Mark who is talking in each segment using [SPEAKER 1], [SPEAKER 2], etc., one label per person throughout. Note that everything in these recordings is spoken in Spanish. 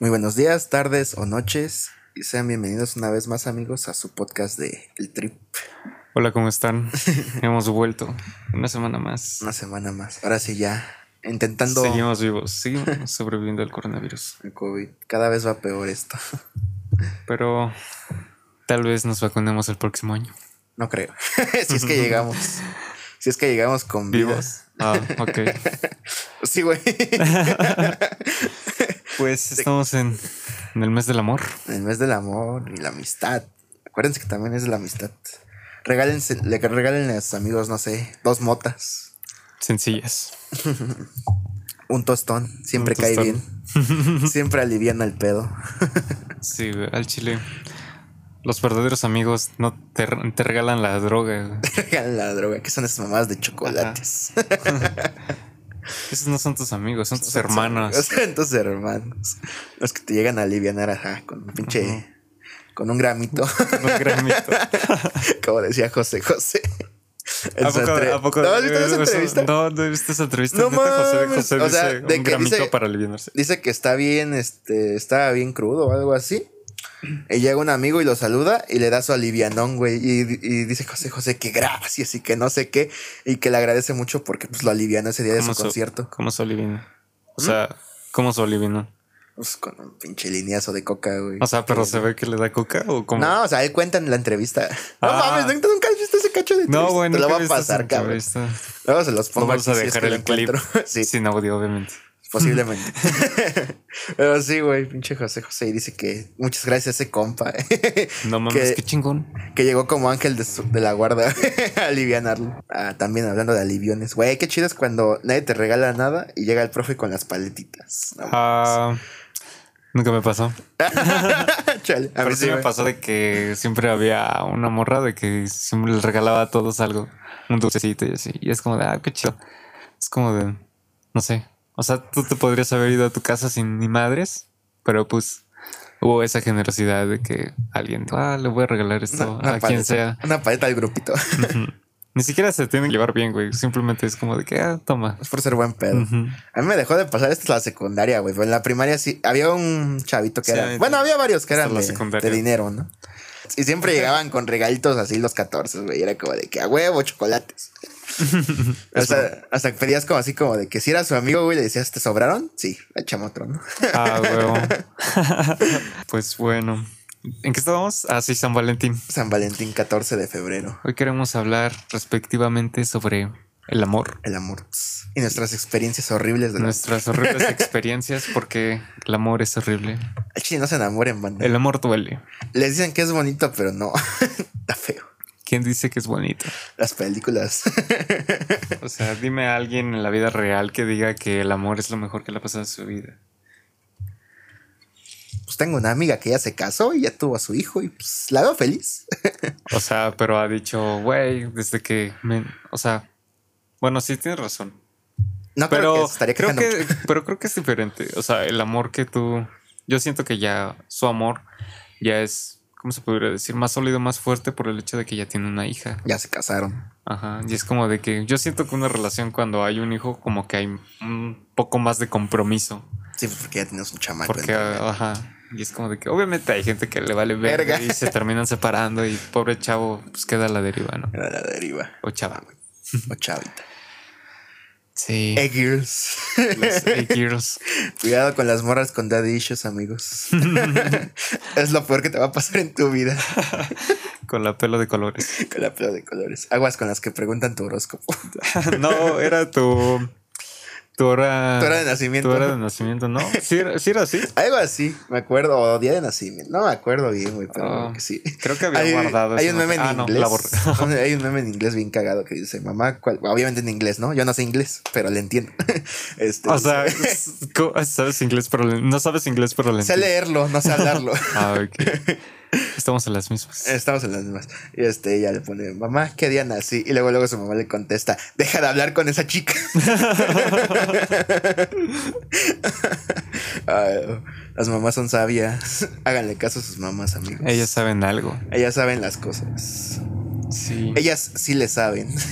[SPEAKER 1] Muy buenos días, tardes o noches. Y sean bienvenidos una vez más, amigos, a su podcast de El Trip.
[SPEAKER 2] Hola, ¿cómo están? Hemos vuelto una semana más.
[SPEAKER 1] Una semana más. Ahora sí, ya intentando
[SPEAKER 2] Seguimos vivos, seguimos sobreviviendo al coronavirus.
[SPEAKER 1] el COVID. Cada vez va peor esto.
[SPEAKER 2] Pero tal vez nos vacunemos el próximo año.
[SPEAKER 1] No creo. si es que llegamos. Si es que llegamos con
[SPEAKER 2] ¿Vivos?
[SPEAKER 1] vidas.
[SPEAKER 2] Ah, ok.
[SPEAKER 1] Sí, güey.
[SPEAKER 2] Pues estamos en, en el mes del amor.
[SPEAKER 1] El mes del amor y la amistad. Acuérdense que también es la amistad. Regálense, le regalen a sus amigos, no sé, dos motas,
[SPEAKER 2] Sencillas.
[SPEAKER 1] un tostón. Siempre
[SPEAKER 2] Un
[SPEAKER 1] cae
[SPEAKER 2] tostón.
[SPEAKER 1] bien. Siempre alivian el pedo.
[SPEAKER 2] Sí, güey, al chile. Los verdaderos amigos no te, te regalan la droga. güey.
[SPEAKER 1] Regalan la droga, que son esas mamadas de chocolates.
[SPEAKER 2] Esos no son tus amigos, son tus
[SPEAKER 1] O
[SPEAKER 2] hermanos.
[SPEAKER 1] sea, tus hermanos. Los que te llegan a alivianar ajá, con un pinche. Con un gramito,
[SPEAKER 2] Un gran mito.
[SPEAKER 1] como decía José José. En
[SPEAKER 2] ¿A
[SPEAKER 1] su Este,
[SPEAKER 2] poco,
[SPEAKER 1] entre-
[SPEAKER 2] ¿a poco-
[SPEAKER 1] ¿No has visto esa
[SPEAKER 2] eso-
[SPEAKER 1] entrevista?
[SPEAKER 2] No, no he visto esa entrevista.
[SPEAKER 1] No
[SPEAKER 2] Neta, José,
[SPEAKER 1] mames.
[SPEAKER 2] José
[SPEAKER 1] O sea, de
[SPEAKER 2] dice un
[SPEAKER 1] que
[SPEAKER 2] gramito
[SPEAKER 1] dice-
[SPEAKER 2] para aliviarse.
[SPEAKER 1] Dice que está bien, este, estaba bien crudo o algo así. Y llega un amigo y lo saluda y le da su alivianón, güey. Y, y dice José José que gracias y que no sé qué. Y que le agradece mucho porque pues lo alivianó ese día de su
[SPEAKER 2] ¿Cómo so-
[SPEAKER 1] concierto.
[SPEAKER 2] ¿Cómo se olivino? O
[SPEAKER 1] ¿Mm?
[SPEAKER 2] sea, ¿cómo se olivino?
[SPEAKER 1] Pues, con un pinche lineazo de coca, güey.
[SPEAKER 2] O sea, pero se ve que le da coca o cómo.
[SPEAKER 1] No, o sea, él cuenta en la entrevista. No
[SPEAKER 2] Ah.
[SPEAKER 1] mames, nunca, nunca has visto ese cacho de entrevista.
[SPEAKER 2] no bueno,
[SPEAKER 1] Te lo
[SPEAKER 2] nunca
[SPEAKER 1] va a
[SPEAKER 2] he visto esa
[SPEAKER 1] pasar, cabrón.
[SPEAKER 2] entrevista.
[SPEAKER 1] Luego se los
[SPEAKER 2] No
[SPEAKER 1] pongo
[SPEAKER 2] vamos
[SPEAKER 1] aquí
[SPEAKER 2] a
[SPEAKER 1] si es
[SPEAKER 2] dejar
[SPEAKER 1] que lo
[SPEAKER 2] el clip
[SPEAKER 1] encuentro. sí,
[SPEAKER 2] sin audio, obviamente.
[SPEAKER 1] posiblemente. Pero sí, güey, pinche José José. Y dice que muchas gracias a ese compa. eh,
[SPEAKER 2] No mames,
[SPEAKER 1] Que-
[SPEAKER 2] qué chingón.
[SPEAKER 1] que llegó como ángel de, su- de la guarda a alivianarlo. Ah, también hablando de aliviones. Güey, qué chido es cuando nadie te regala nada y llega el profe con las paletitas. No,
[SPEAKER 2] Ah, nunca me pasó.
[SPEAKER 1] chale. A
[SPEAKER 2] Pero
[SPEAKER 1] mí
[SPEAKER 2] sí me
[SPEAKER 1] güey.
[SPEAKER 2] pasó de que siempre había una morra de que siempre les regalaba a todos algo, un dulcecito y así. Y es como de, ah, qué chido. Es como de, no sé. O sea, tú te podrías haber ido a tu casa sin ni madres, pero pues hubo esa generosidad de que alguien, ah, le voy a regalar esto
[SPEAKER 1] Una- una
[SPEAKER 2] a
[SPEAKER 1] paleta,
[SPEAKER 2] quien sea.
[SPEAKER 1] Una paleta al grupito.
[SPEAKER 2] Ni siquiera se tienen que llevar bien, güey. Simplemente es como de que, ah, toma.
[SPEAKER 1] es por ser buen pedo.
[SPEAKER 2] Ujú.
[SPEAKER 1] A mí me dejó de pasar esto es la secundaria, güey. Pero en la primaria sí había un chavito que
[SPEAKER 2] Sí, a
[SPEAKER 1] era.
[SPEAKER 2] mí
[SPEAKER 1] Bueno,
[SPEAKER 2] también.
[SPEAKER 1] había varios que
[SPEAKER 2] Hasta
[SPEAKER 1] eran
[SPEAKER 2] la
[SPEAKER 1] de,
[SPEAKER 2] secundaria.
[SPEAKER 1] de dinero, ¿no? Y siempre llegaban con regalitos así los 14, güey. Era como de que a huevo, chocolates. hasta, hasta que pedías como así como de que si era su amigo, güey, le decías, ¿te sobraron? Sí, echamos otro, ¿no?
[SPEAKER 2] Ah, huevo. pues bueno. ¿En qué estábamos? Ah, sí, San Valentín.
[SPEAKER 1] San Valentín, 14 de febrero.
[SPEAKER 2] Hoy queremos hablar respectivamente sobre el amor,
[SPEAKER 1] El amor. Y nuestras experiencias horribles de los.
[SPEAKER 2] nuestras horribles experiencias, porque el amor es horrible.
[SPEAKER 1] Al chile no se enamoren, banda.
[SPEAKER 2] El amor duele.
[SPEAKER 1] Les dicen que es bonito, pero no. Está feo.
[SPEAKER 2] ¿Quién dice que es bonito?
[SPEAKER 1] Las películas.
[SPEAKER 2] O sea, dime a alguien en la vida real que diga que el amor es lo mejor que le ha pasado en su vida.
[SPEAKER 1] pues tengo una amiga que ya se casó y ya tuvo a su hijo y pues la veo feliz.
[SPEAKER 2] O sea, pero ha dicho, güey, desde que... me- O sea, bueno, sí tienes razón.
[SPEAKER 1] No creo Ah, que
[SPEAKER 2] Pero
[SPEAKER 1] se estaría
[SPEAKER 2] creo
[SPEAKER 1] quejando mucho.
[SPEAKER 2] que, pero creo que es diferente. O sea, el amor que tú. Yo siento que ya su amor ya es, ¿cómo se podría decir? Más sólido, más fuerte por el hecho de que ya tiene una hija.
[SPEAKER 1] Ya se casaron.
[SPEAKER 2] Ajá. Y es como de que yo siento que una relación cuando hay un hijo, como que hay un poco más de compromiso.
[SPEAKER 1] Sí, pues, porque ya tienes un chamaco.
[SPEAKER 2] Porque, ah,
[SPEAKER 1] entre-
[SPEAKER 2] ajá. Y es como de que obviamente hay gente que le vale verga
[SPEAKER 1] Verga.
[SPEAKER 2] y se terminan separando y pobre chavo, pues queda a la deriva, ¿no?
[SPEAKER 1] Era la deriva.
[SPEAKER 2] O chava.
[SPEAKER 1] O chavita.
[SPEAKER 2] Sí.
[SPEAKER 1] Eggirls.
[SPEAKER 2] Las A-girls.
[SPEAKER 1] Cuidado con las morras con daddy issues, amigos. es lo peor que te va a pasar en tu vida.
[SPEAKER 2] Con la pelo de colores.
[SPEAKER 1] Con la pelo de colores. Aguas con las que preguntan tu horóscopo.
[SPEAKER 2] No, era tu. Tu hora.
[SPEAKER 1] Tu hora de nacimiento.
[SPEAKER 2] Ah, tu hora de nacimiento, ¿no? Sí, era, sí era así.
[SPEAKER 1] Algo así, me acuerdo. O día de nacimiento. No me acuerdo bien, güey, pero
[SPEAKER 2] Ah.
[SPEAKER 1] creo que sí.
[SPEAKER 2] Creo que había
[SPEAKER 1] hay,
[SPEAKER 2] guardado
[SPEAKER 1] hay
[SPEAKER 2] ese
[SPEAKER 1] un meme en
[SPEAKER 2] nota- Ah, no,
[SPEAKER 1] inglés.
[SPEAKER 2] la borré.
[SPEAKER 1] hay un meme en inglés bien cagado que dice, mamá, ¿cuál-?" obviamente en inglés, ¿no? Yo no sé inglés, pero le entiendo. Este,
[SPEAKER 2] O
[SPEAKER 1] dice,
[SPEAKER 2] sea, es- co- sabes inglés, pero le- no sabes inglés, pero le
[SPEAKER 1] sé
[SPEAKER 2] entiendes.
[SPEAKER 1] leerlo, no sé hablarlo.
[SPEAKER 2] Ah, ok. Estamos en las mismas.
[SPEAKER 1] Estamos en las mismas. Y este, ella le pone, mamá, ¿qué día nací? Y luego, luego su mamá le contesta, deja de hablar con esa chica. Ay, las mamás son sabias. Háganle caso a sus mamás, amigos.
[SPEAKER 2] Ellas saben algo.
[SPEAKER 1] Ellas saben las cosas.
[SPEAKER 2] Sí.
[SPEAKER 1] Ellas sí le saben. Sí,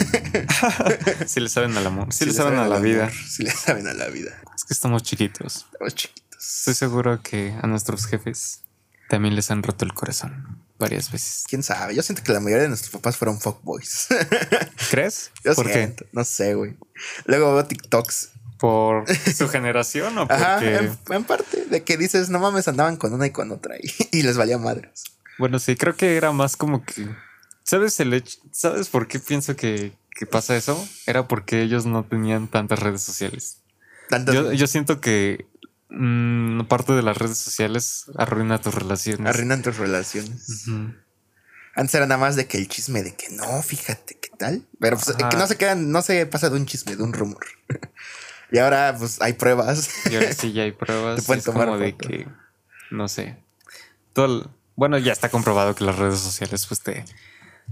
[SPEAKER 2] Sí le saben al amor. Sí, le saben, a la
[SPEAKER 1] al
[SPEAKER 2] vida.
[SPEAKER 1] amor, Sí le saben a la vida.
[SPEAKER 2] Es que estamos chiquitos.
[SPEAKER 1] Estamos chiquitos.
[SPEAKER 2] Estoy seguro que a nuestros jefes también les han roto el corazón varias veces.
[SPEAKER 1] ¿Quién sabe? Yo siento que la mayoría de nuestros papás fueron fuckboys.
[SPEAKER 2] ¿Crees?
[SPEAKER 1] Yo
[SPEAKER 2] ¿Por qué?
[SPEAKER 1] siento, No sé, güey. Luego veo TikToks.
[SPEAKER 2] ¿Por su generación o porque...?
[SPEAKER 1] Ajá, em, en, en parte de que dices, no mames, andaban con una y con otra y, y les valía madres.
[SPEAKER 2] Bueno, sí, creo que era más como que... ¿Sabes el hecho? ¿Sabes por qué pienso que, que pasa eso? Era porque ellos no tenían tantas redes sociales.
[SPEAKER 1] Tantas
[SPEAKER 2] Yo, yo siento que mm, parte de las redes sociales arruina tus relaciones.
[SPEAKER 1] arruinan tus relaciones.
[SPEAKER 2] Ujú.
[SPEAKER 1] Antes era nada más de que el chisme de que no, fíjate, ¿qué tal? Pero pues,
[SPEAKER 2] Ajá.
[SPEAKER 1] que no se quedan, no se pasa de un chisme, de un rumor. y ahora, pues, hay pruebas.
[SPEAKER 2] Y ahora sí ya hay pruebas.
[SPEAKER 1] Te
[SPEAKER 2] y
[SPEAKER 1] pueden
[SPEAKER 2] es
[SPEAKER 1] tomar
[SPEAKER 2] como de
[SPEAKER 1] foto.
[SPEAKER 2] que, no sé. Todo el- bueno, ya está comprobado que las redes sociales pues te,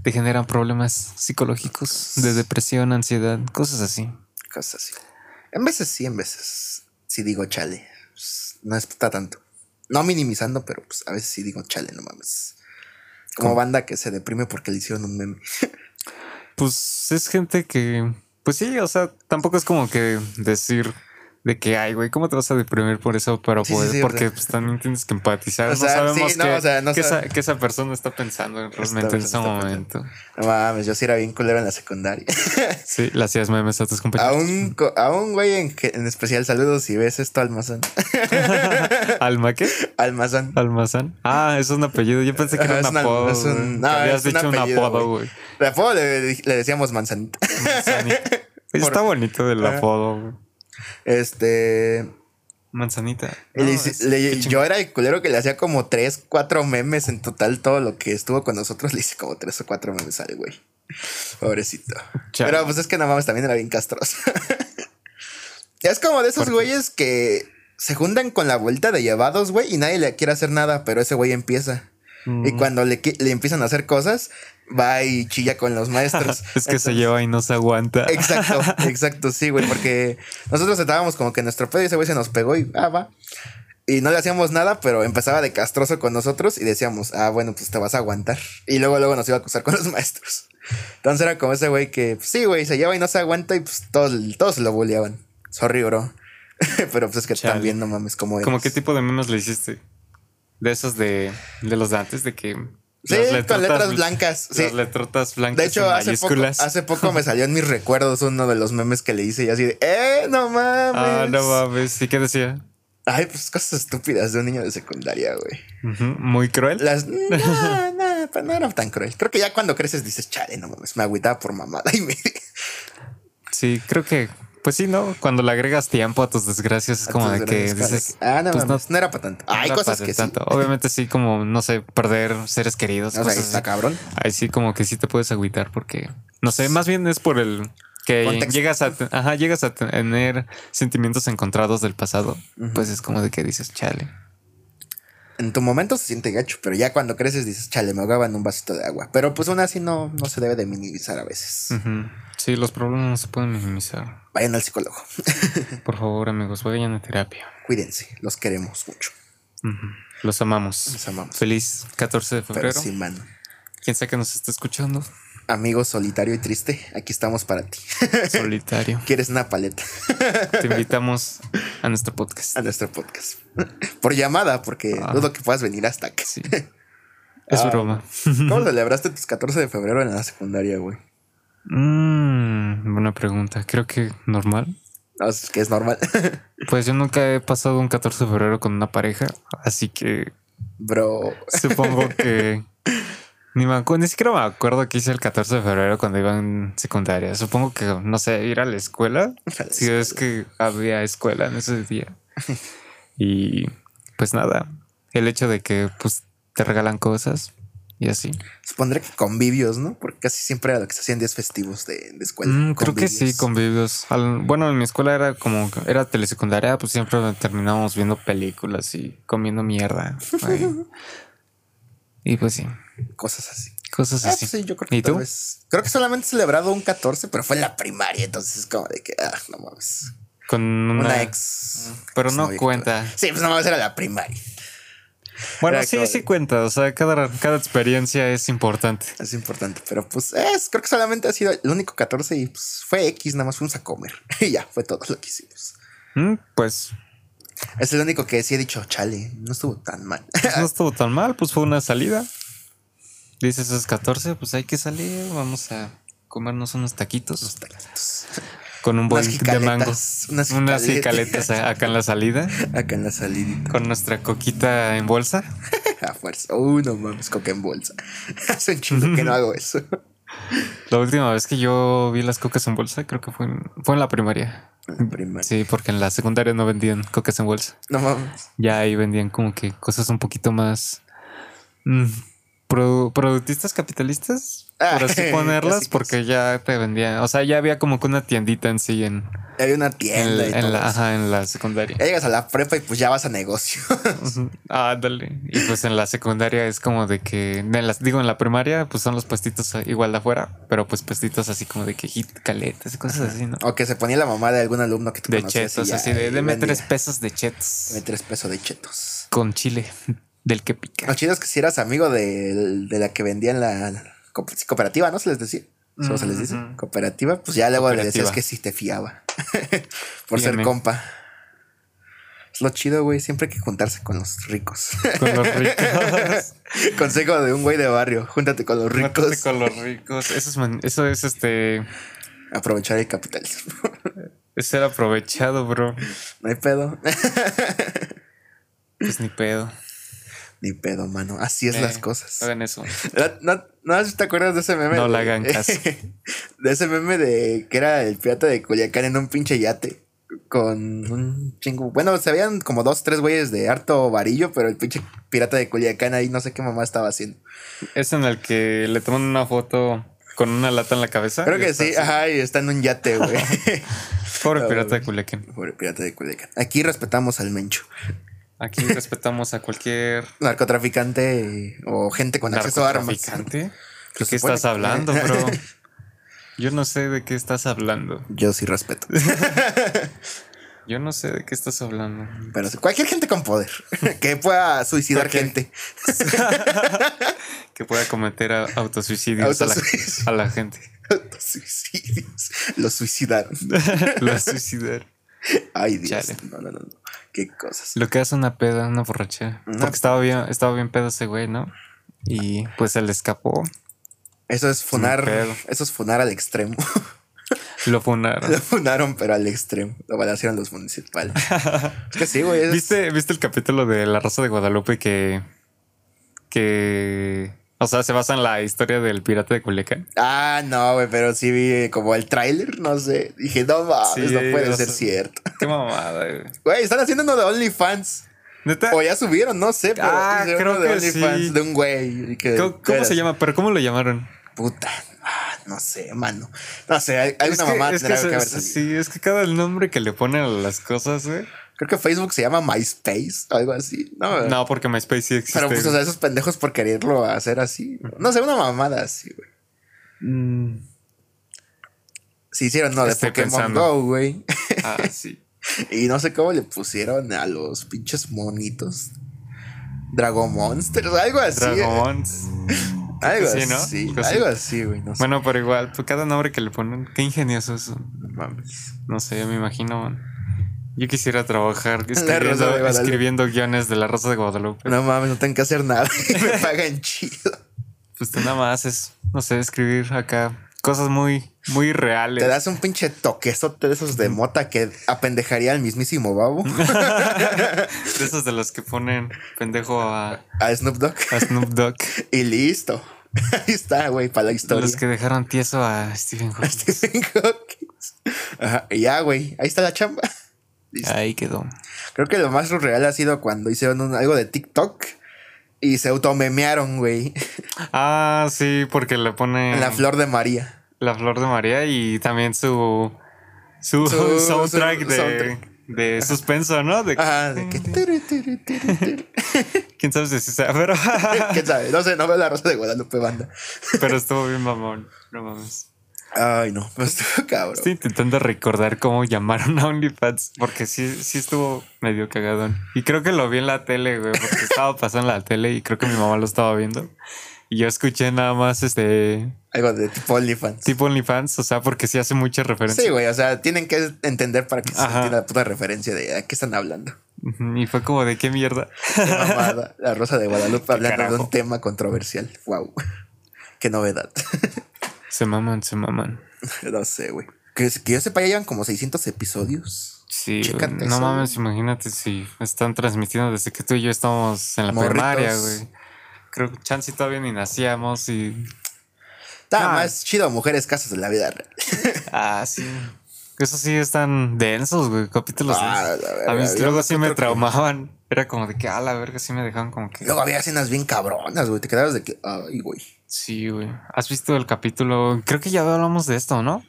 [SPEAKER 2] te generan problemas psicológicos de depresión, ansiedad, cosas así.
[SPEAKER 1] Cosas así. En veces sí, en veces. Sí digo chale. Pues, no está tanto. No minimizando, pero pues a veces sí digo chale, no mames. Como
[SPEAKER 2] ¿Cómo?
[SPEAKER 1] banda que se deprime porque le hicieron un meme.
[SPEAKER 2] Pues es gente que, pues sí, o sea, tampoco es como que decir de que, ay, güey, ¿cómo te vas a deprimir por eso? Pero
[SPEAKER 1] Sí, sí,
[SPEAKER 2] pues,
[SPEAKER 1] sí, o
[SPEAKER 2] porque
[SPEAKER 1] sea.
[SPEAKER 2] pues, también tienes que
[SPEAKER 1] O
[SPEAKER 2] empatizar. no
[SPEAKER 1] sea, sí,
[SPEAKER 2] sabemos
[SPEAKER 1] no,
[SPEAKER 2] que,
[SPEAKER 1] o sea, no
[SPEAKER 2] que esa,
[SPEAKER 1] sabe-
[SPEAKER 2] que esa persona está pensando realmente en
[SPEAKER 1] persona
[SPEAKER 2] ese
[SPEAKER 1] está
[SPEAKER 2] momento.
[SPEAKER 1] No mames, yo sí era bien culero en la secundaria.
[SPEAKER 2] Sí, le hacías memes a tus
[SPEAKER 1] a,
[SPEAKER 2] compañeros.
[SPEAKER 1] un, co- a un güey en, que- en especial, saludos si ves esto, Almazán.
[SPEAKER 2] ¿Alma qué?
[SPEAKER 1] Almazán.
[SPEAKER 2] Almazán. Ah, es un apellido. Yo pensé que
[SPEAKER 1] Ajá,
[SPEAKER 2] era un
[SPEAKER 1] es una-
[SPEAKER 2] apodo.
[SPEAKER 1] es un-
[SPEAKER 2] güey.
[SPEAKER 1] no,
[SPEAKER 2] Te Habías
[SPEAKER 1] es un
[SPEAKER 2] dicho un
[SPEAKER 1] apellido,
[SPEAKER 2] apodo, güey.
[SPEAKER 1] De apodo le, le decíamos manzanita.
[SPEAKER 2] Manzanita. Oye, Está bonito el
[SPEAKER 1] Ajá.
[SPEAKER 2] apodo, güey.
[SPEAKER 1] Este.
[SPEAKER 2] Manzanita.
[SPEAKER 1] y le
[SPEAKER 2] No,
[SPEAKER 1] hice-
[SPEAKER 2] es-
[SPEAKER 1] le-
[SPEAKER 2] qué chingón.
[SPEAKER 1] yo era el culero que le hacía como tres, cuatro memes en total. Todo lo que estuvo con nosotros le hice como tres o cuatro memes al güey. Pobrecito.
[SPEAKER 2] Chale.
[SPEAKER 1] Pero pues es que nada más también era bien castroso. es como de esos
[SPEAKER 2] ¿Por qué?
[SPEAKER 1] güeyes que se juntan con la vuelta de llevados, güey, y nadie le quiere hacer nada, pero ese güey empieza. Y
[SPEAKER 2] Mm.
[SPEAKER 1] cuando le, qui- le empiezan a hacer cosas, va y chilla con los maestros.
[SPEAKER 2] Es que se
[SPEAKER 1] Entonces-
[SPEAKER 2] lleva y no se aguanta.
[SPEAKER 1] Exacto, exacto, sí, güey, porque nosotros estábamos como que nuestro pedo y ese güey se nos pegó y ah, va. Y no le hacíamos nada, pero empezaba de castroso con nosotros y decíamos, ah, bueno, pues te vas a aguantar. Y luego, luego nos iba a acusar con los maestros. Entonces era como ese güey que, pues, sí, güey, se lleva y no se aguanta y pues todos, todos lo bulleaban. Sorry, bro. pero pues es que
[SPEAKER 2] Chale.
[SPEAKER 1] también no mames, como
[SPEAKER 2] ¿Cómo
[SPEAKER 1] eres.
[SPEAKER 2] qué tipo de memes le hiciste? De esos de, de los de antes, de que.
[SPEAKER 1] Sí,
[SPEAKER 2] las
[SPEAKER 1] con letras
[SPEAKER 2] bl-
[SPEAKER 1] blancas, sí.
[SPEAKER 2] Las letrotas blancas.
[SPEAKER 1] De hecho,
[SPEAKER 2] en
[SPEAKER 1] hace poco,
[SPEAKER 2] mayúsculas.
[SPEAKER 1] hace poco me salió en mis recuerdos uno de los memes que le hice y así de, ¡eh, no mames!
[SPEAKER 2] Ah, no mames. ¿Y qué decía?
[SPEAKER 1] Ay, pues cosas estúpidas de un niño de secundaria, güey.
[SPEAKER 2] Ujú, Muy cruel.
[SPEAKER 1] Las. No, no, pero no era tan cruel. Creo que ya cuando creces dices, chale, no mames, me agüitaba por mamada y me.
[SPEAKER 2] Sí, creo que. Pues sí, ¿no? Cuando le agregas tiempo a tus desgracias, es como de que dices.
[SPEAKER 1] Ah, no,
[SPEAKER 2] pues
[SPEAKER 1] mames, no, era para tanto. Hay
[SPEAKER 2] no
[SPEAKER 1] cosas
[SPEAKER 2] pasa
[SPEAKER 1] que
[SPEAKER 2] tanto. Obviamente sí, como, no sé, perder seres queridos.
[SPEAKER 1] sí. O sea,
[SPEAKER 2] cosas
[SPEAKER 1] está
[SPEAKER 2] así.
[SPEAKER 1] cabrón.
[SPEAKER 2] Ahí sí, como que sí te puedes agüitar porque, no sé, más bien es por el que
[SPEAKER 1] Contexto.
[SPEAKER 2] llegas a, te- ajá, llegas a tener sentimientos encontrados del pasado. Pues es como de que dices, chale.
[SPEAKER 1] En tu momento se siente gacho, pero ya cuando creces dices, chale, me ahogaba en un vasito de agua. Pero pues aún así no, no se debe de minimizar a veces.
[SPEAKER 2] Ujú. Sí, los problemas no se pueden minimizar.
[SPEAKER 1] Vayan al psicólogo.
[SPEAKER 2] Por favor, amigos, vayan a terapia.
[SPEAKER 1] Cuídense, los queremos mucho.
[SPEAKER 2] Ujú. Los amamos.
[SPEAKER 1] Los amamos.
[SPEAKER 2] Feliz 14 de
[SPEAKER 1] Pero
[SPEAKER 2] febrero.
[SPEAKER 1] sin mano.
[SPEAKER 2] Quien sea que nos esté escuchando,
[SPEAKER 1] Amigo solitario y triste, aquí estamos para ti.
[SPEAKER 2] solitario.
[SPEAKER 1] ¿Quieres una paleta?
[SPEAKER 2] Te invitamos a nuestro podcast.
[SPEAKER 1] a nuestro podcast. Por llamada, porque
[SPEAKER 2] Ah.
[SPEAKER 1] dudo que puedas venir hasta acá.
[SPEAKER 2] Sí. Es
[SPEAKER 1] Ah.
[SPEAKER 2] broma.
[SPEAKER 1] ¿Cómo celebraste tus 14 de febrero en la secundaria, güey?
[SPEAKER 2] Mm, buena pregunta. Creo que normal.
[SPEAKER 1] No, es que es normal.
[SPEAKER 2] Pues yo nunca he pasado un 14 de febrero con una pareja, así que
[SPEAKER 1] Bro,
[SPEAKER 2] supongo que ni, me acu- ni siquiera me acuerdo que hice el 14 de febrero cuando iba en secundaria. Supongo que, no sé, ir a la escuela,
[SPEAKER 1] la
[SPEAKER 2] si es que había escuela en ese día. Y pues nada, el hecho de que pues te regalan cosas y así.
[SPEAKER 1] supondré que convivios, ¿no? Porque casi siempre era lo que se hacían días festivos de, de escuela.
[SPEAKER 2] Mm, creo que sí,
[SPEAKER 1] Convivios.
[SPEAKER 2] convivios. Al- bueno, en mi escuela era como, era telesecundaria, pues siempre terminábamos viendo películas y comiendo mierda. güey. y pues sí,
[SPEAKER 1] Cosas así.
[SPEAKER 2] cosas
[SPEAKER 1] Ah,
[SPEAKER 2] así.
[SPEAKER 1] pues sí, yo creo que
[SPEAKER 2] ¿Y
[SPEAKER 1] tal
[SPEAKER 2] tú?
[SPEAKER 1] vez- Creo que solamente he celebrado un 14, pero fue en la primaria, entonces es como de que, ah, no mames.
[SPEAKER 2] Con una,
[SPEAKER 1] Una, ex.
[SPEAKER 2] Pero
[SPEAKER 1] ex
[SPEAKER 2] no
[SPEAKER 1] novia que
[SPEAKER 2] cuenta.
[SPEAKER 1] tuve. Sí, pues no mames, era la primaria.
[SPEAKER 2] Bueno,
[SPEAKER 1] Era
[SPEAKER 2] sí,
[SPEAKER 1] como
[SPEAKER 2] sí
[SPEAKER 1] de-
[SPEAKER 2] cuenta. O sea, cada, cada experiencia es importante.
[SPEAKER 1] Es importante, pero pues es, creo que solamente ha sido el único 14 y pues fue X, nada más fuimos a comer. Y ya, fue todo lo que hicimos.
[SPEAKER 2] Mm, pues
[SPEAKER 1] Es el único que sí he dicho, chale, no estuvo tan mal.
[SPEAKER 2] Pues no estuvo tan mal, pues fue una salida. Dices, es 14, pues hay que salir, vamos a comernos unos taquitos.
[SPEAKER 1] Los taquitos.
[SPEAKER 2] Con un bol
[SPEAKER 1] Unas
[SPEAKER 2] de mango.
[SPEAKER 1] jicaletas, unas
[SPEAKER 2] Unas
[SPEAKER 1] jicaletas.
[SPEAKER 2] jicaletas a- acá en la salida.
[SPEAKER 1] Acá en la salida.
[SPEAKER 2] Con nuestra coquita en bolsa.
[SPEAKER 1] A fuerza. Uy, no mames, coca en bolsa. Hace un chingo que no hago eso.
[SPEAKER 2] La última vez que yo vi las cocas en bolsa, creo que fue en, fue en la primaria.
[SPEAKER 1] En primaria.
[SPEAKER 2] Sí, porque en la secundaria no vendían cocas en bolsa.
[SPEAKER 1] No mames.
[SPEAKER 2] Ya ahí vendían como que cosas un poquito más mm, produ- productistas capitalistas,
[SPEAKER 1] Ah,
[SPEAKER 2] por así ponerlas,
[SPEAKER 1] clásicos.
[SPEAKER 2] porque ya te vendían. O sea, ya había como que una tiendita en sí en,
[SPEAKER 1] Ya Había una
[SPEAKER 2] en-
[SPEAKER 1] tienda y
[SPEAKER 2] en
[SPEAKER 1] todo
[SPEAKER 2] la,
[SPEAKER 1] eso.
[SPEAKER 2] ajá, en la secundaria.
[SPEAKER 1] Ya llegas a la prepa y pues ya vas a negocio.
[SPEAKER 2] Ujú. Ah, dale. Y pues en la secundaria es como de que, en las, digo, en la primaria, pues son los puestitos igual de afuera, pero pues puestitos así como de que hit, caletas y cosas así, ¿no?
[SPEAKER 1] o que se ponía la mamá de algún alumno que tú
[SPEAKER 2] De
[SPEAKER 1] conocías.
[SPEAKER 2] chetos,
[SPEAKER 1] y ya
[SPEAKER 2] así de,
[SPEAKER 1] ahí
[SPEAKER 2] deme
[SPEAKER 1] vendía.
[SPEAKER 2] tres pesos de chetos
[SPEAKER 1] Deme tres pesos de chetos.
[SPEAKER 2] con chile, del que pica.
[SPEAKER 1] Lo chido es que si eras amigo del- de, la que vendía en la co- sí, cooperativa, ¿no? Se les decía. Solo se les dice.
[SPEAKER 2] Ujú.
[SPEAKER 1] Cooperativa. Pues ya luego le decías
[SPEAKER 2] Mm-hmm. Cooperativa.
[SPEAKER 1] que sí te fiaba. Por ser
[SPEAKER 2] Fíjame.
[SPEAKER 1] compa. Es lo chido, güey. Siempre hay que juntarse con los ricos.
[SPEAKER 2] Con los ricos.
[SPEAKER 1] Consejo de un güey de barrio. Júntate con los
[SPEAKER 2] Métete
[SPEAKER 1] ricos.
[SPEAKER 2] Con los ricos. Eso es, man- eso es este.
[SPEAKER 1] Aprovechar el capitalismo.
[SPEAKER 2] Es ser aprovechado, bro.
[SPEAKER 1] No hay pedo.
[SPEAKER 2] Pues ni pedo.
[SPEAKER 1] Ni pedo, mano. Así es
[SPEAKER 2] Eh,
[SPEAKER 1] las cosas.
[SPEAKER 2] Hagan eso.
[SPEAKER 1] No, no, no sé si te acuerdas de ese meme.
[SPEAKER 2] No le
[SPEAKER 1] de-
[SPEAKER 2] hagan caso.
[SPEAKER 1] De ese meme de que era el pirata de Culiacán en un pinche yate. Con un chingo. Bueno, se veían como dos, tres güeyes de harto varillo, pero el pinche pirata de Culiacán ahí no sé qué mamá estaba haciendo.
[SPEAKER 2] Es en el que le toman una foto con una lata en la cabeza.
[SPEAKER 1] Creo
[SPEAKER 2] y
[SPEAKER 1] que
[SPEAKER 2] Ah, está
[SPEAKER 1] sí, Ah,
[SPEAKER 2] así.
[SPEAKER 1] ajá, y está en un yate, güey.
[SPEAKER 2] Pobre
[SPEAKER 1] Ah,
[SPEAKER 2] pirata de
[SPEAKER 1] bueno.
[SPEAKER 2] Culiacán.
[SPEAKER 1] Pobre pirata de Culiacán. Aquí respetamos al mencho.
[SPEAKER 2] Aquí respetamos a cualquier
[SPEAKER 1] Narcotraficante o gente con acceso a armas.
[SPEAKER 2] narcotraficante. ¿De
[SPEAKER 1] Se
[SPEAKER 2] qué
[SPEAKER 1] supone
[SPEAKER 2] estás
[SPEAKER 1] que-
[SPEAKER 2] hablando, bro? Yo no sé de qué estás hablando.
[SPEAKER 1] Yo sí respeto.
[SPEAKER 2] Yo no sé de qué estás hablando.
[SPEAKER 1] Pero cualquier gente con poder que pueda suicidar
[SPEAKER 2] Cualquier-
[SPEAKER 1] gente.
[SPEAKER 2] Que pueda cometer a- autosuicidios a la-
[SPEAKER 1] Autosuicidio.
[SPEAKER 2] a la gente.
[SPEAKER 1] Los suicidios. Los suicidaron.
[SPEAKER 2] Lo suicidar.
[SPEAKER 1] Ay, Dios.
[SPEAKER 2] Chale.
[SPEAKER 1] No, no, no, no. Qué cosas.
[SPEAKER 2] Lo que hace una peda, una borrachera.
[SPEAKER 1] Una-
[SPEAKER 2] Porque estaba bien, estaba bien pedo ese güey, ¿no? Y pues se le escapó.
[SPEAKER 1] Eso es funar.
[SPEAKER 2] pedo.
[SPEAKER 1] Eso es funar al extremo.
[SPEAKER 2] Lo funaron.
[SPEAKER 1] Lo funaron, pero al extremo. Lo balancearon los municipales. es que sí, güey. es-
[SPEAKER 2] ¿Viste, ¿Viste el capítulo de La Rosa de Guadalupe que. que. O sea, se basa en la historia del pirata de Culiacán.
[SPEAKER 1] Ah, no, güey, pero sí vi como el tráiler, no sé. Dije, no mames,
[SPEAKER 2] Sí,
[SPEAKER 1] no
[SPEAKER 2] o
[SPEAKER 1] puede
[SPEAKER 2] sea-
[SPEAKER 1] ser cierto.
[SPEAKER 2] Qué mamada, güey.
[SPEAKER 1] Güey, están haciendo uno de OnlyFans.
[SPEAKER 2] Neta.
[SPEAKER 1] O ya subieron, no sé, pero
[SPEAKER 2] Ah,
[SPEAKER 1] hicieron
[SPEAKER 2] creo
[SPEAKER 1] uno de
[SPEAKER 2] que
[SPEAKER 1] OnlyFans
[SPEAKER 2] sí.
[SPEAKER 1] de un güey. y que-
[SPEAKER 2] ¿Cómo, cómo se
[SPEAKER 1] era-
[SPEAKER 2] llama? ¿Pero cómo lo llamaron?
[SPEAKER 1] Puta. Ah, no sé, mano. No sé, hay, hay
[SPEAKER 2] Es
[SPEAKER 1] una
[SPEAKER 2] que-
[SPEAKER 1] mamá
[SPEAKER 2] es que
[SPEAKER 1] tendrá que
[SPEAKER 2] se-
[SPEAKER 1] haber salido.
[SPEAKER 2] Sí, es que cada nombre que le ponen a las cosas, güey.
[SPEAKER 1] Creo que Facebook se llama MySpace, algo así. No,
[SPEAKER 2] No, este, porque MySpace sí existe.
[SPEAKER 1] Pero pues, o
[SPEAKER 2] güey.
[SPEAKER 1] sea, esos pendejos por quererlo hacer así. No sé, una mamada así, güey.
[SPEAKER 2] Mm,
[SPEAKER 1] Se hicieron, no, de
[SPEAKER 2] Estoy
[SPEAKER 1] Pokémon
[SPEAKER 2] pensando.
[SPEAKER 1] Go, güey.
[SPEAKER 2] ah, sí.
[SPEAKER 1] eh. Y no sé cómo le pusieron a los pinches monitos. Dragon Monsters, algo así. eh.
[SPEAKER 2] Dragons.
[SPEAKER 1] Algo
[SPEAKER 2] sí, ¿no?
[SPEAKER 1] así.
[SPEAKER 2] Creo que sí.
[SPEAKER 1] Algo así, güey. No sé.
[SPEAKER 2] Bueno, pero igual, pues cada nombre que le ponen, qué ingenioso es.
[SPEAKER 1] No mames.
[SPEAKER 2] No sé, yo me imagino. Yo quisiera trabajar
[SPEAKER 1] La Rosa de
[SPEAKER 2] escribiendo,
[SPEAKER 1] Guadalupe.
[SPEAKER 2] escribiendo guiones de la Rosa de Guadalupe.
[SPEAKER 1] No mames, no tengo que hacer nada. Me pagan chido.
[SPEAKER 2] Pues tú nada más es, no sé, escribir acá cosas muy, muy reales.
[SPEAKER 1] Te das un pinche toquezote de esos de mota que apendejaría al mismísimo babo.
[SPEAKER 2] De esos de los que ponen pendejo a,
[SPEAKER 1] A Snoop Dogg.
[SPEAKER 2] a Snoop Dogg.
[SPEAKER 1] Y listo. Ahí está, güey, para la historia.
[SPEAKER 2] Los que dejaron tieso a Stephen Hawking.
[SPEAKER 1] Stephen Hawkins. Ajá, y ya, güey. Ahí está la chamba. Listo.
[SPEAKER 2] Ahí quedó.
[SPEAKER 1] Creo que lo más surreal ha sido cuando hicieron un- algo de TikTok y se automemearon, güey.
[SPEAKER 2] Ah, sí, porque le ponen
[SPEAKER 1] La flor de María.
[SPEAKER 2] La Flor de María y también su su,
[SPEAKER 1] Su-
[SPEAKER 2] soundtrack
[SPEAKER 1] su-
[SPEAKER 2] de,
[SPEAKER 1] soundtrack.
[SPEAKER 2] de suspenso, ¿no? De,
[SPEAKER 1] Ajá, de que.
[SPEAKER 2] Mm.
[SPEAKER 1] turu, turu, turu, turu.
[SPEAKER 2] Quién sabe si sea, pero,
[SPEAKER 1] ¿Quién sabe? No sé, no veo la rosa de Guadalupe banda.
[SPEAKER 2] pero estuvo bien mamón. No mames.
[SPEAKER 1] Ay, no, pues tú, cabrón.
[SPEAKER 2] Estoy intentando recordar cómo llamaron a OnlyFans porque sí, sí estuvo medio cagadón. Y creo que lo vi en la tele, güey, porque estaba pasando en la tele y creo que mi mamá lo estaba viendo. Y yo escuché nada más este
[SPEAKER 1] Algo de tipo OnlyFans.
[SPEAKER 2] tipo OnlyFans, o sea, porque sí hace muchas referencias.
[SPEAKER 1] Sí, güey, o sea, tienen que entender para que se
[SPEAKER 2] Ajá.
[SPEAKER 1] entienda la puta referencia de a qué están hablando.
[SPEAKER 2] Ujú, Y fue como de qué mierda.
[SPEAKER 1] Qué mamada. La Rosa de Guadalupe hablando de
[SPEAKER 2] carajo.
[SPEAKER 1] un tema controversial. Wow. Qué novedad.
[SPEAKER 2] Se maman, se maman.
[SPEAKER 1] no sé, güey. Que, que yo sepa, ya llevan como 600 episodios.
[SPEAKER 2] Sí, güey,
[SPEAKER 1] Chécate
[SPEAKER 2] no
[SPEAKER 1] eso,
[SPEAKER 2] mames, imagínate si están transmitiendo desde que tú y yo estábamos en la
[SPEAKER 1] Morritos.
[SPEAKER 2] primaria, güey. Creo que Chansey todavía ni nacíamos y.
[SPEAKER 1] Está
[SPEAKER 2] Ah.
[SPEAKER 1] más chido mujeres casas de la vida real.
[SPEAKER 2] Ah, sí. Eso sí están densos, güey. Capítulos
[SPEAKER 1] Ah,
[SPEAKER 2] densos.
[SPEAKER 1] la verga,
[SPEAKER 2] Pues A mí
[SPEAKER 1] había
[SPEAKER 2] luego
[SPEAKER 1] unos
[SPEAKER 2] sí
[SPEAKER 1] que
[SPEAKER 2] me
[SPEAKER 1] otro que-
[SPEAKER 2] traumaban. Era como de que, ah, la verga, sí me dejaban como que.
[SPEAKER 1] Luego había escenas bien cabronas, güey. Te quedabas de que. Ay, güey.
[SPEAKER 2] Sí, güey. ¿Has visto el capítulo? Creo que ya hablamos de esto, ¿no?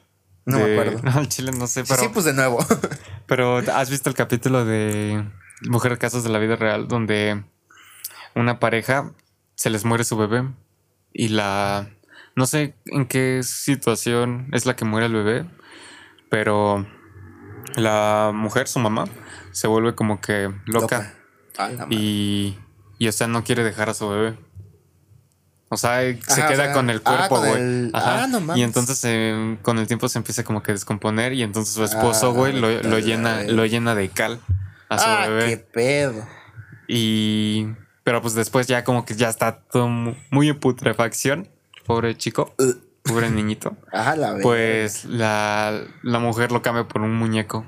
[SPEAKER 1] No me
[SPEAKER 2] De-
[SPEAKER 1] acuerdo.
[SPEAKER 2] No, el chile no sé,
[SPEAKER 1] Sí,
[SPEAKER 2] pero.
[SPEAKER 1] sí, pues de nuevo.
[SPEAKER 2] Pero has visto el capítulo de Mujer Casos de la Vida Real, donde una pareja se les muere su bebé y la. No sé en qué situación es la que muere el bebé, pero la mujer, su mamá, se vuelve como que loca,
[SPEAKER 1] Ah, la madre.
[SPEAKER 2] y, y, o sea, no quiere dejar a su bebé. O sea, se
[SPEAKER 1] Ajá, o
[SPEAKER 2] queda
[SPEAKER 1] sea,
[SPEAKER 2] con el
[SPEAKER 1] ah,
[SPEAKER 2] cuerpo,
[SPEAKER 1] con
[SPEAKER 2] güey.
[SPEAKER 1] el-
[SPEAKER 2] Ajá.
[SPEAKER 1] ah, no mames.
[SPEAKER 2] y entonces eh, con el tiempo se empieza como que a descomponer y entonces su esposo, güey, lo,
[SPEAKER 1] Ah,
[SPEAKER 2] lo llena, lo llena de cal a su
[SPEAKER 1] Ah,
[SPEAKER 2] bebé.
[SPEAKER 1] qué pedo.
[SPEAKER 2] Y. Pero pues después ya como que ya está todo mu- muy en putrefacción. Pobre chico.
[SPEAKER 1] Uh,
[SPEAKER 2] Pobre niñito.
[SPEAKER 1] Ajá, la verga.
[SPEAKER 2] Pues la, la mujer lo cambia por un muñeco.